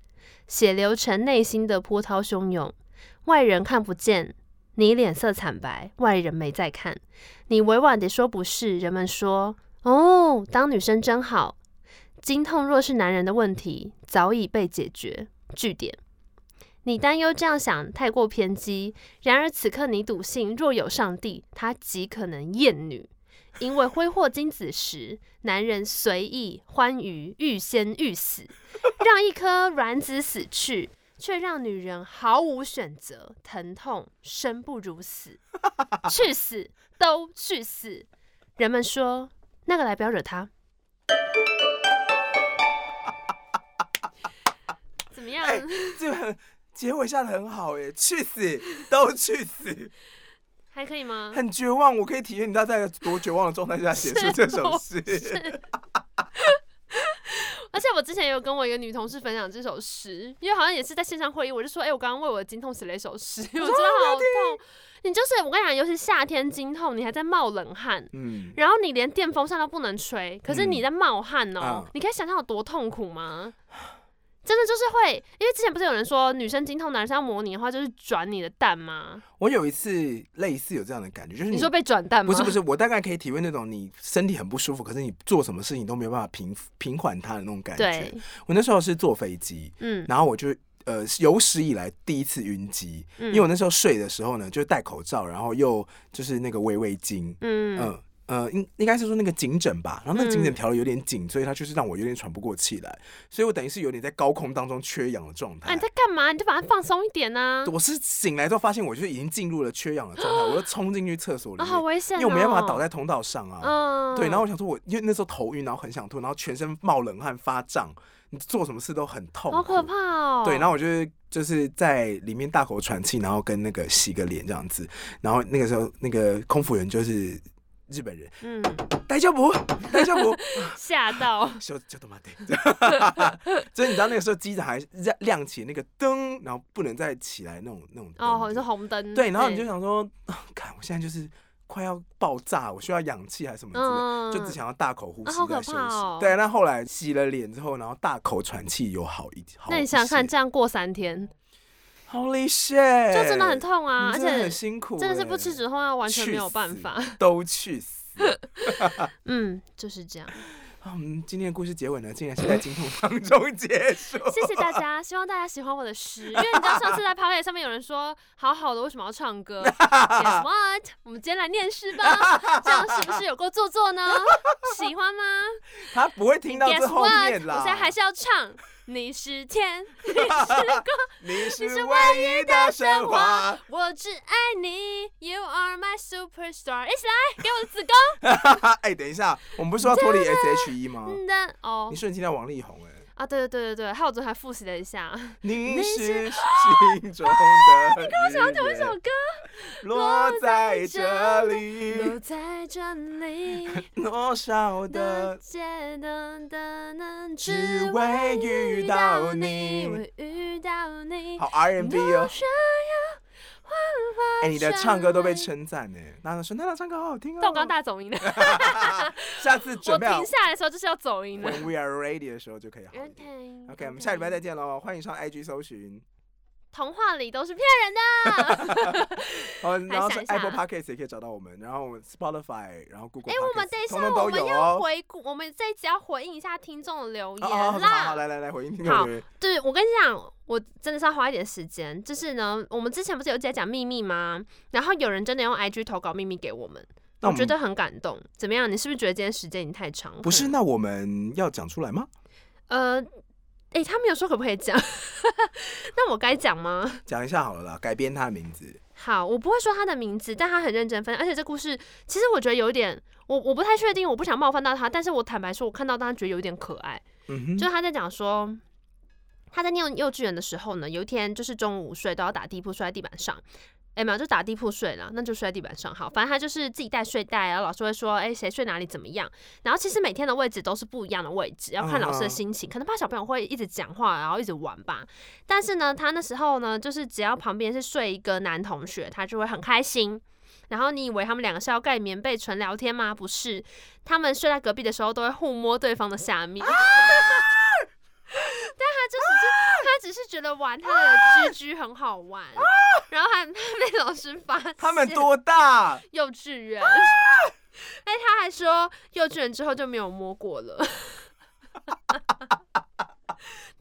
A: 血流成内心的波涛汹涌。外人看不见，你脸色惨白，外人没在看。你委婉地说不是，人们说哦，当女生真好。经痛若是男人的问题，早已被解决。据点，你担忧这样想太过偏激，然而此刻你笃信，若有上帝，他极可能厌女，因为挥霍精子时，男人随意欢愉，欲仙欲死，让一颗卵子死去，却让女人毫无选择，疼痛，生不如死，去死，都去死。人们说，那个来不要惹他。 怎么样？
B: 哎这个结尾下的很好哎、去死都去死，
A: 还可以吗？
B: 很绝望。我可以体验你到在多绝望的状态下写出这首诗。
A: 哦 而且我之前有跟我一个女同事分享这首诗，因为好像也是在线上会议，我就说，哎、我刚刚为我的经痛写了一 首诗，我真的好痛。你就是我跟你讲，尤其夏天经痛，你还在冒冷汗，
B: 嗯，
A: 然后你连电风扇都不能吹，可是你在冒汗哦、
B: 啊
A: 你可以想象有多痛苦吗？真的就是会，因为之前不是有人说女生经痛，男生要模拟的话就是转你的蛋吗？
B: 我有一次类似有这样的感觉，就是
A: 你说被转蛋
B: 嗯
A: 吗？
B: 不是不是，我大概可以体会那种你身体很不舒服，可是你做什么事情都没有办法平平缓它的那种感觉
A: 对。，
B: 我那时候是坐飞机，
A: 嗯
B: 然后我就呃有史以来第一次晕机，
A: 嗯
B: 因为我那时候睡的时候呢，就戴口罩，然后又就是那个微微巾，
A: 嗯
B: 嗯。呃，应应该是说那个颈枕吧，然后那个颈枕调的有点紧，所以它就是让我有点喘不过气来，所以我等于是有点在高空当中缺氧的状态。
A: 啊，你在干嘛？你就把它放松一点啊呐、
B: 我是醒来之后发现我就是已经进入了缺氧的状态，我就冲进去厕所里
A: 啊，
B: 面，
A: 好危险、
B: 因
A: 哦！
B: 为我没办法倒在通道上啊。
A: 嗯，
B: 对，然后我想说我，因为那时候头晕，然后很想吐，然后全身冒冷汗、发胀，你做什么事都很痛，
A: 好可怕。哦。
B: 对，然
A: 后
B: 后我就是就是在里面大口喘气，然后跟那个洗个脸这样子，然后那个时候那个空服员就是日本人，
A: 嗯，
B: 大丈夫，大丈夫，
A: 吓到，
B: 就就他妈的， 所以你知道那个时候机长还亮亮起那个灯，然后不能再起来那种那种灯
A: 哦，你说红灯，
B: 对，然后你就想说， 啊看、我现在就是快要爆炸，我需要氧气还是什么之类的。
A: 嗯，
B: 就只想要大口呼
A: 啊
B: 吸
A: 好
B: 再
A: 可
B: 休息。
A: 怕哦
B: 对，那后来洗了脸之后，然后大口喘气有好一好一些。
A: 嗯那你想想看，这样过三天，
B: Holy shit！
A: 就真的很痛啊，
B: 哎你
A: 而
B: 真的
A: 且
B: 很辛苦、欸
A: 真的是不吃止痛药完全没有办法。
B: 法，都去死。
A: 嗯，就 是这样。
B: 啊我们今天的故事结尾呢，竟然是在经痛当 中结束。
A: 谢谢大家，希望大家喜欢我的诗，因为你知道上次在 p o c k e t 上面有人说好好的为什么要 唱歌？Guess what？我们今天来念诗吧，这样是不是有够做作呢？喜欢吗？
B: 他不会听到
A: Guess
B: 最后
A: what？
B: 面啦。
A: 我现在还是要唱。你是天，
B: 你是
A: 是
B: 唯一的神话
A: 我。我只爱你，You are my superstar。一起来，给我的子宫。
B: 哎，等一下，我们不是说要脱离 SHE 吗？
A: 嗯的哦
B: 你瞬间听到王力宏哎、
A: 啊，对对对对对，还有我昨天还复习了一下
B: 你
A: 是
B: 是心中 的、你跟我
A: 想同一首歌。
B: 落在这里
A: 留，在这里，
B: 多少
A: 的
B: 的
A: 街灯的能
B: 只为
A: 只为
B: 遇
A: 遇
B: 到
A: 到
B: 你
A: 你，为遇到你。
B: 好 R&B 哦
A: 多。想要焕发
B: 哎、你的唱歌都被
A: 生
B: 称赞呢。娜娜说：“娜娜唱歌好好听 哦。”
A: 命但我刚刚大走音了，
B: 下次
A: 我
B: 准备好
A: 停下来的时候就是要走音 的。
B: ，When we are ready 的时候就可以好一点。
A: OK
B: OK，我们下礼拜再。见喽！欢迎上 IG 搜寻，
A: 童话里都是骗人的。
B: 哦，然后是
A: 还想一下
B: Apple Podcast 也可以找到我们，然后我们 Spotify，然后 Google，
A: 哎，我们
B: Podcast，
A: 等一下，
B: 通通都
A: 我们
B: 有
A: 要
B: 哦。
A: 回顾，我们这一集要回应一下听众的留
B: 哦
A: 言
B: 哦，好好
A: 啦
B: 好，。来来来，回应听
A: 好
B: 众留言。
A: 对，我跟你讲，我真的是要花一点时间。就是呢，我们之前不是有在讲秘密吗？然后有人真的用 IG 投稿秘密给我们，
B: 那我
A: 觉
B: 们
A: 得很感动。怎么样？你是不是觉得今天时间已经太长了？嗯
B: 不是，那我们要讲出来吗？
A: 呃，诶，他没有说可不可以讲， 那我该讲吗？
B: 讲一下好了啦，改编他的名字。
A: 好，我不会说他的名字，但他很认真分享，而且这故事其实我觉得有一点，我我不太确定，我不想冒犯到他，但是我坦白说，我看到他觉得有点可爱。
B: 嗯哼，
A: 就是他在讲说，他在念幼稚园的时候呢，有一天就是中午午睡都要打地铺睡在地板上，哎、没有就打地铺睡了，那就睡在地板上好，反正他就是自己带睡袋，然后老师会说，哎、谁睡哪里怎么样，然后其实每天的位置都是不一样的位置，要看老
B: 嗯
A: 师的心情，可能怕小朋友会一直讲话，然后一直玩吧，但是呢，他那时候呢，就是只要旁边是睡一个男同学，他就会很开心。然后你以为他们两个是要盖棉被纯聊天吗？不是，他们睡在隔壁的时候都会互摸对方的下面。但他就只是他只是觉得玩他的居居很好玩，然后还还被老师发现。
B: 他们多大？
A: 幼稚园。哎，他还说幼稚园之后就没有摸过了。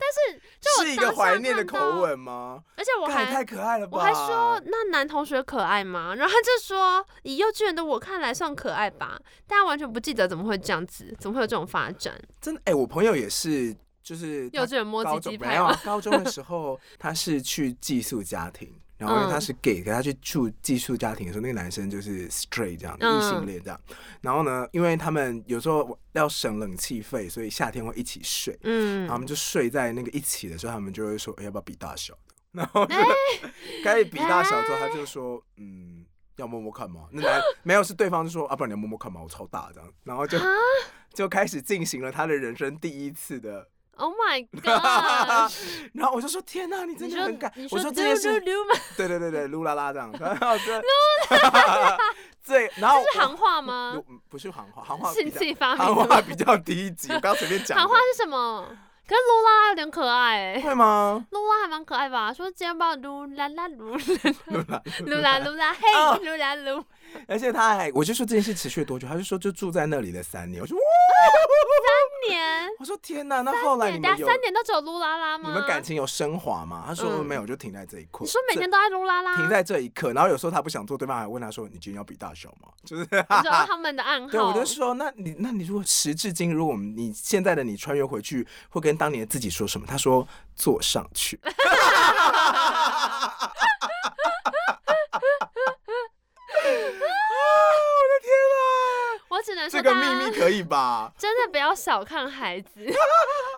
A: 但是，就我
B: 是一
A: 当
B: 个
A: 下
B: 怀念的
A: 看到
B: 口，吻吗？
A: 而且我
B: 干
A: 还
B: 太可爱了吧！
A: 我还说那男同学可爱吗？然后他就说以幼稚园的我看来算可爱吧，但他完全不记得怎么会这样子，怎么会有这种发展？
B: 真的，哎、我朋友也是，就是
A: 幼
B: 他
A: 稚园摸
B: 高
A: 鸡
B: 中
A: 鸡
B: 没
A: 拍
B: 有啊
A: 吗？
B: 高中的时候， 他是去寄宿家庭，然后因为
A: 嗯
B: 他是 gay，可他去住寄宿家庭的时候，那个男生就是 straight 这样，
A: 嗯
B: 异性恋这样。然后呢，因为他们有时候要省冷气费，所以夏天会一起睡，
A: 嗯
B: 然后他们就睡在那个一起的时候，他们就会说、哎要不要比大小？然后
A: 哎
B: 就 开始比大小之后，他就说嗯。要摸摸看吗？那男没有是对方就说啊，不然你要摸摸看嘛，我超大这样，然后就
A: 啊
B: 就开始进行了他的人生第一次的
A: ，Oh my god！
B: 然后我就说：“天哪、你真
A: 你
B: 的
A: 说
B: 很敢！”
A: 你
B: 我
A: 说
B: 这件事，
A: 溜 吗？
B: 对对对对，噜啦啦这样，然 后这噜啦啦，最然后
A: 这是行话吗
B: 我？嗯不是行话，行啊话
A: 是
B: 比
A: 你
B: 较
A: 自己发明
B: 行
A: 的吗？
B: 话比较低级，我刚随便讲的。
A: 喊话是什么？可是噜啦啦有点可爱、 欸，
B: 会吗？
A: 噜啦还蛮可爱吧？说今天帮我噜啦啦 噜
B: 噜啦，
A: 噜啦噜啦嘿
B: 哦
A: 噜啦 噜，
B: 而且他还，我就说这件事持续了多久，他就说就住在那里了三年。我说哇，
A: 三年，
B: 我说天哪，那后来你
A: 大
B: 们
A: 家
B: 有
A: 三年都只有噜啦啦
B: 你
A: 吗？
B: 们感情有升华吗？他说
A: 嗯
B: 没有，就停在这一刻。
A: 你说每天都在噜啦啦，
B: 这停在这一刻，然后有时候他不想做，对方还问他说：“你今天要比大小吗？”就是
A: 你知道他们的暗号？
B: 对，我就说，那你那你如果时至今日，如果我们你现在的你穿越回去，会跟当年的自己说什么？他说坐上 去。啊我
A: 我只能
B: 的天啊！这
A: 说
B: 个
A: 大
B: 秘密
A: 家
B: 可以吧
A: 真的不要小看 孩子，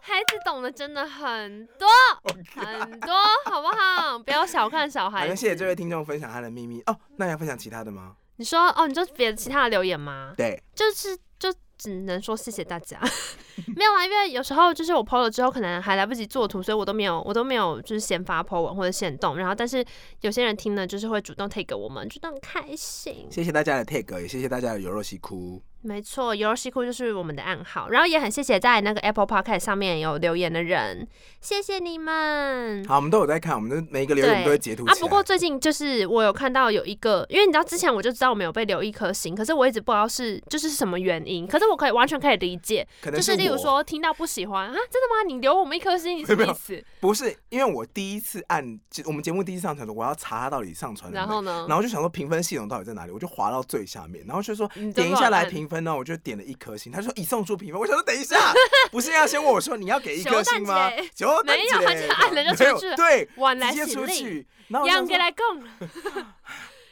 A: 孩子懂得真的很多
B: Oh
A: 很多，好不好？不要小看小
B: 好，
A: 孩
B: 那
A: 子。
B: 谢谢这位听众分享他的秘密哦。那你要分享其他的吗？
A: 你说哦，你就别的其他的留言吗？
B: 对，
A: 就是就只能说谢谢大家， 没有啦，因为有时候就是我 PO 了之后，可能还来不及做图，所以我都没有我都没有就是先发 PO 文或者先动，然后但是有些人听呢，就是会主动 take 我们，觉得很开心。
B: 谢谢大家的 tag，也谢谢大家的有肉西哭。
A: 没错，游戏库就是我们的暗号，然后也很谢谢在那个 Apple Podcast 上面有留言的人，谢谢你们。
B: 好，我们都有在看，我们的每一个留言我们都会截图起
A: 嗯啊
B: 来。，
A: 不过最近就是我有看到有一个，因为你知道之前我就知道我们有被留一颗星，可是我一直不知道是就是是什么原因，可是我可以完全可以理解，
B: 可能
A: 就是是例如
B: 我
A: 说听到不喜欢啊，真的吗？你留我们一颗星，你什么 意思？
B: 不是，因为我第一次按就我们节目第一次上传的时候，我要查它到底上传了
A: 然
B: 没
A: 后呢？
B: 然后就想说评分系统到底在哪里，我就滑到最下面，然后就说
A: 你就
B: 点一下来
A: 乱按
B: 评分呢，我就点了一颗星，他说已送出评分，我想说等一下， 不是要先问我说你要给一颗星吗
A: 熊蛋？
B: 结果
A: 没有他就按了就出去了
B: 对，
A: 晚来
B: 直接
A: 行
B: 出
A: 李，
B: 去，然后我
A: 杨
B: 想
A: 给
B: 说
A: 来讲，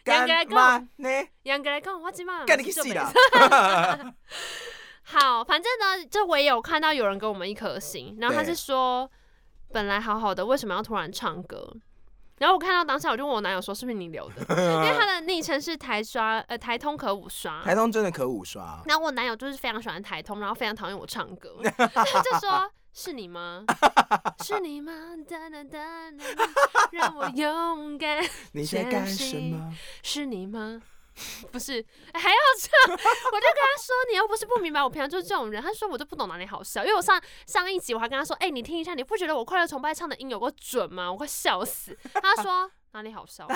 A: 两个来
B: 干
A: 跟
B: 嘛呢？
A: 杨给来讲，我今晚
B: 干你去
A: 就
B: 死
A: 没
B: 啦！
A: 好，反正呢，就我也有看到有人给我们一颗星，然后他
B: 对
A: 是说本来好好的，为什么要突然唱歌？然后我看到当下，我就问我男友说：“是不是你留 的？”因为他的昵称是台刷，呃，台通可五刷。
B: 台东真的可五刷，哦
A: 然后我男友就是非常喜欢台通，然后非常讨厌我唱歌， 他就说：“是 你吗？是你吗？哒哒哒哒哒让我勇敢。
B: 你在干什么？
A: 是你吗？ 不是，哎还要唱，我就跟他说，你又不是不明白，我平常就是这种人。他说我就不懂哪里好笑，因为我上上一集我还跟他说，哎、你听一下，你不觉得我快乐崇拜唱的音有够准吗？我快笑死。他说哪里好笑？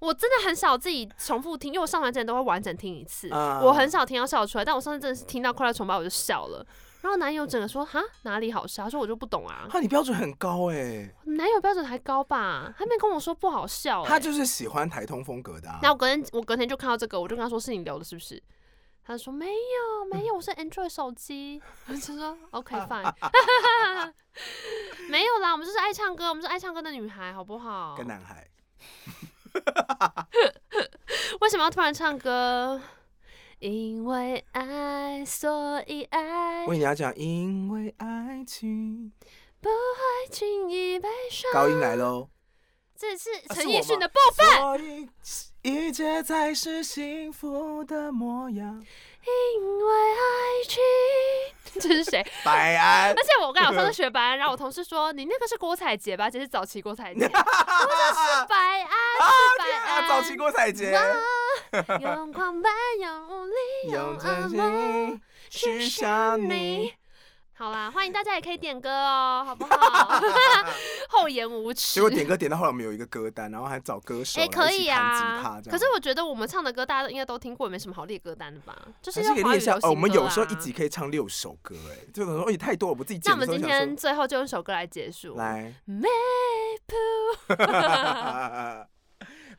A: 我真的很少自己重复听，因为我上完之前都会完整听一次，
B: 啊
A: 我很少听到笑出来。但我上次真的是听到快乐崇拜我就笑了。然后男友整个说哈哪里好笑，他说我就不懂啊，
B: 啊，你标准很高哎，
A: 男友标准还高吧？他没跟我说不好笑、欸，
B: 他就是喜欢台通风格的啊。
A: 那我隔天我隔天就看到这个，我就跟他说是你留的，是不是？他就说没有没有，我是 Android 手机。 我就 说 OK fine，没有啦，我们就是爱唱歌，我们是爱唱歌的女孩，好不好
B: 跟？男孩，
A: 为什么要突然唱歌？因为爱，所以爱
B: 我，跟你要讲，因为爱情，
A: 爱情已悲伤。
B: 高音来喽。
A: 这是
B: 啊
A: 陈
B: 是
A: 奕
B: 我
A: 迅
B: 吗
A: 的部分。
B: 所以一切才是幸福的模样。
A: 因为爱情， 这是谁？
B: 白安
A: 而且我刚才有上次学白安，然后我同事说你那个是郭采洁吧，这是早期郭 采洁。白安是白安，
B: 啊，早期郭采洁，
A: 用狂奔，用无力，
B: 用
A: 用
B: 真
A: 爱慕，
B: 心去想你，
A: 好啦，欢迎大家也可以点歌哦，好 不好？厚颜无耻
B: 结。果点歌点到后来，我们有一个歌单，然后还找歌手，
A: 哎、
B: 然
A: 可
B: 后一
A: 以
B: 起弹吉
A: 啊
B: 他，这样。
A: 可是我觉得我们唱的歌大家都应该都听过，也没什么好列歌单的吧？就是
B: 还是
A: 要
B: 可以
A: 华语
B: 练一下
A: 流。行
B: 哦，我们
A: 歌
B: 有
A: 啊
B: 时候一集可以唱六首歌，哎，这种说哦也太多了，我们自己
A: 那
B: 剪
A: 我
B: 的
A: 们
B: 时候
A: 今
B: 想
A: 天
B: 说，
A: 最后就用一首歌来结束。
B: 来，
A: Maple，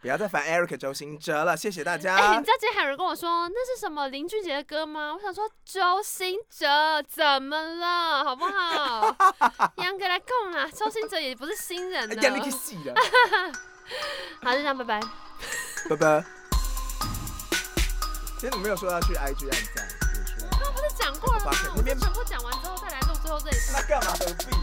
B: 不要再烦 Eric 周星哲了，谢谢大
A: 哎、
B: 家
A: 你。知道今天还有人跟我说那是什么林俊杰的歌吗？我想说周兴哲怎么了，好不好？杨哥来供啦，周兴哲也不是新人
B: 哎
A: 了
B: 呀，。你去死了，
A: 好，就这样，拜拜。
B: 拜拜。今天你没有说要去 IG 按赞，你说
A: 刚刚不是讲过了吗
B: 好吧？
A: 我
B: 那边
A: 们全部讲完之后再来录最后这一次。
B: 那干嘛何必？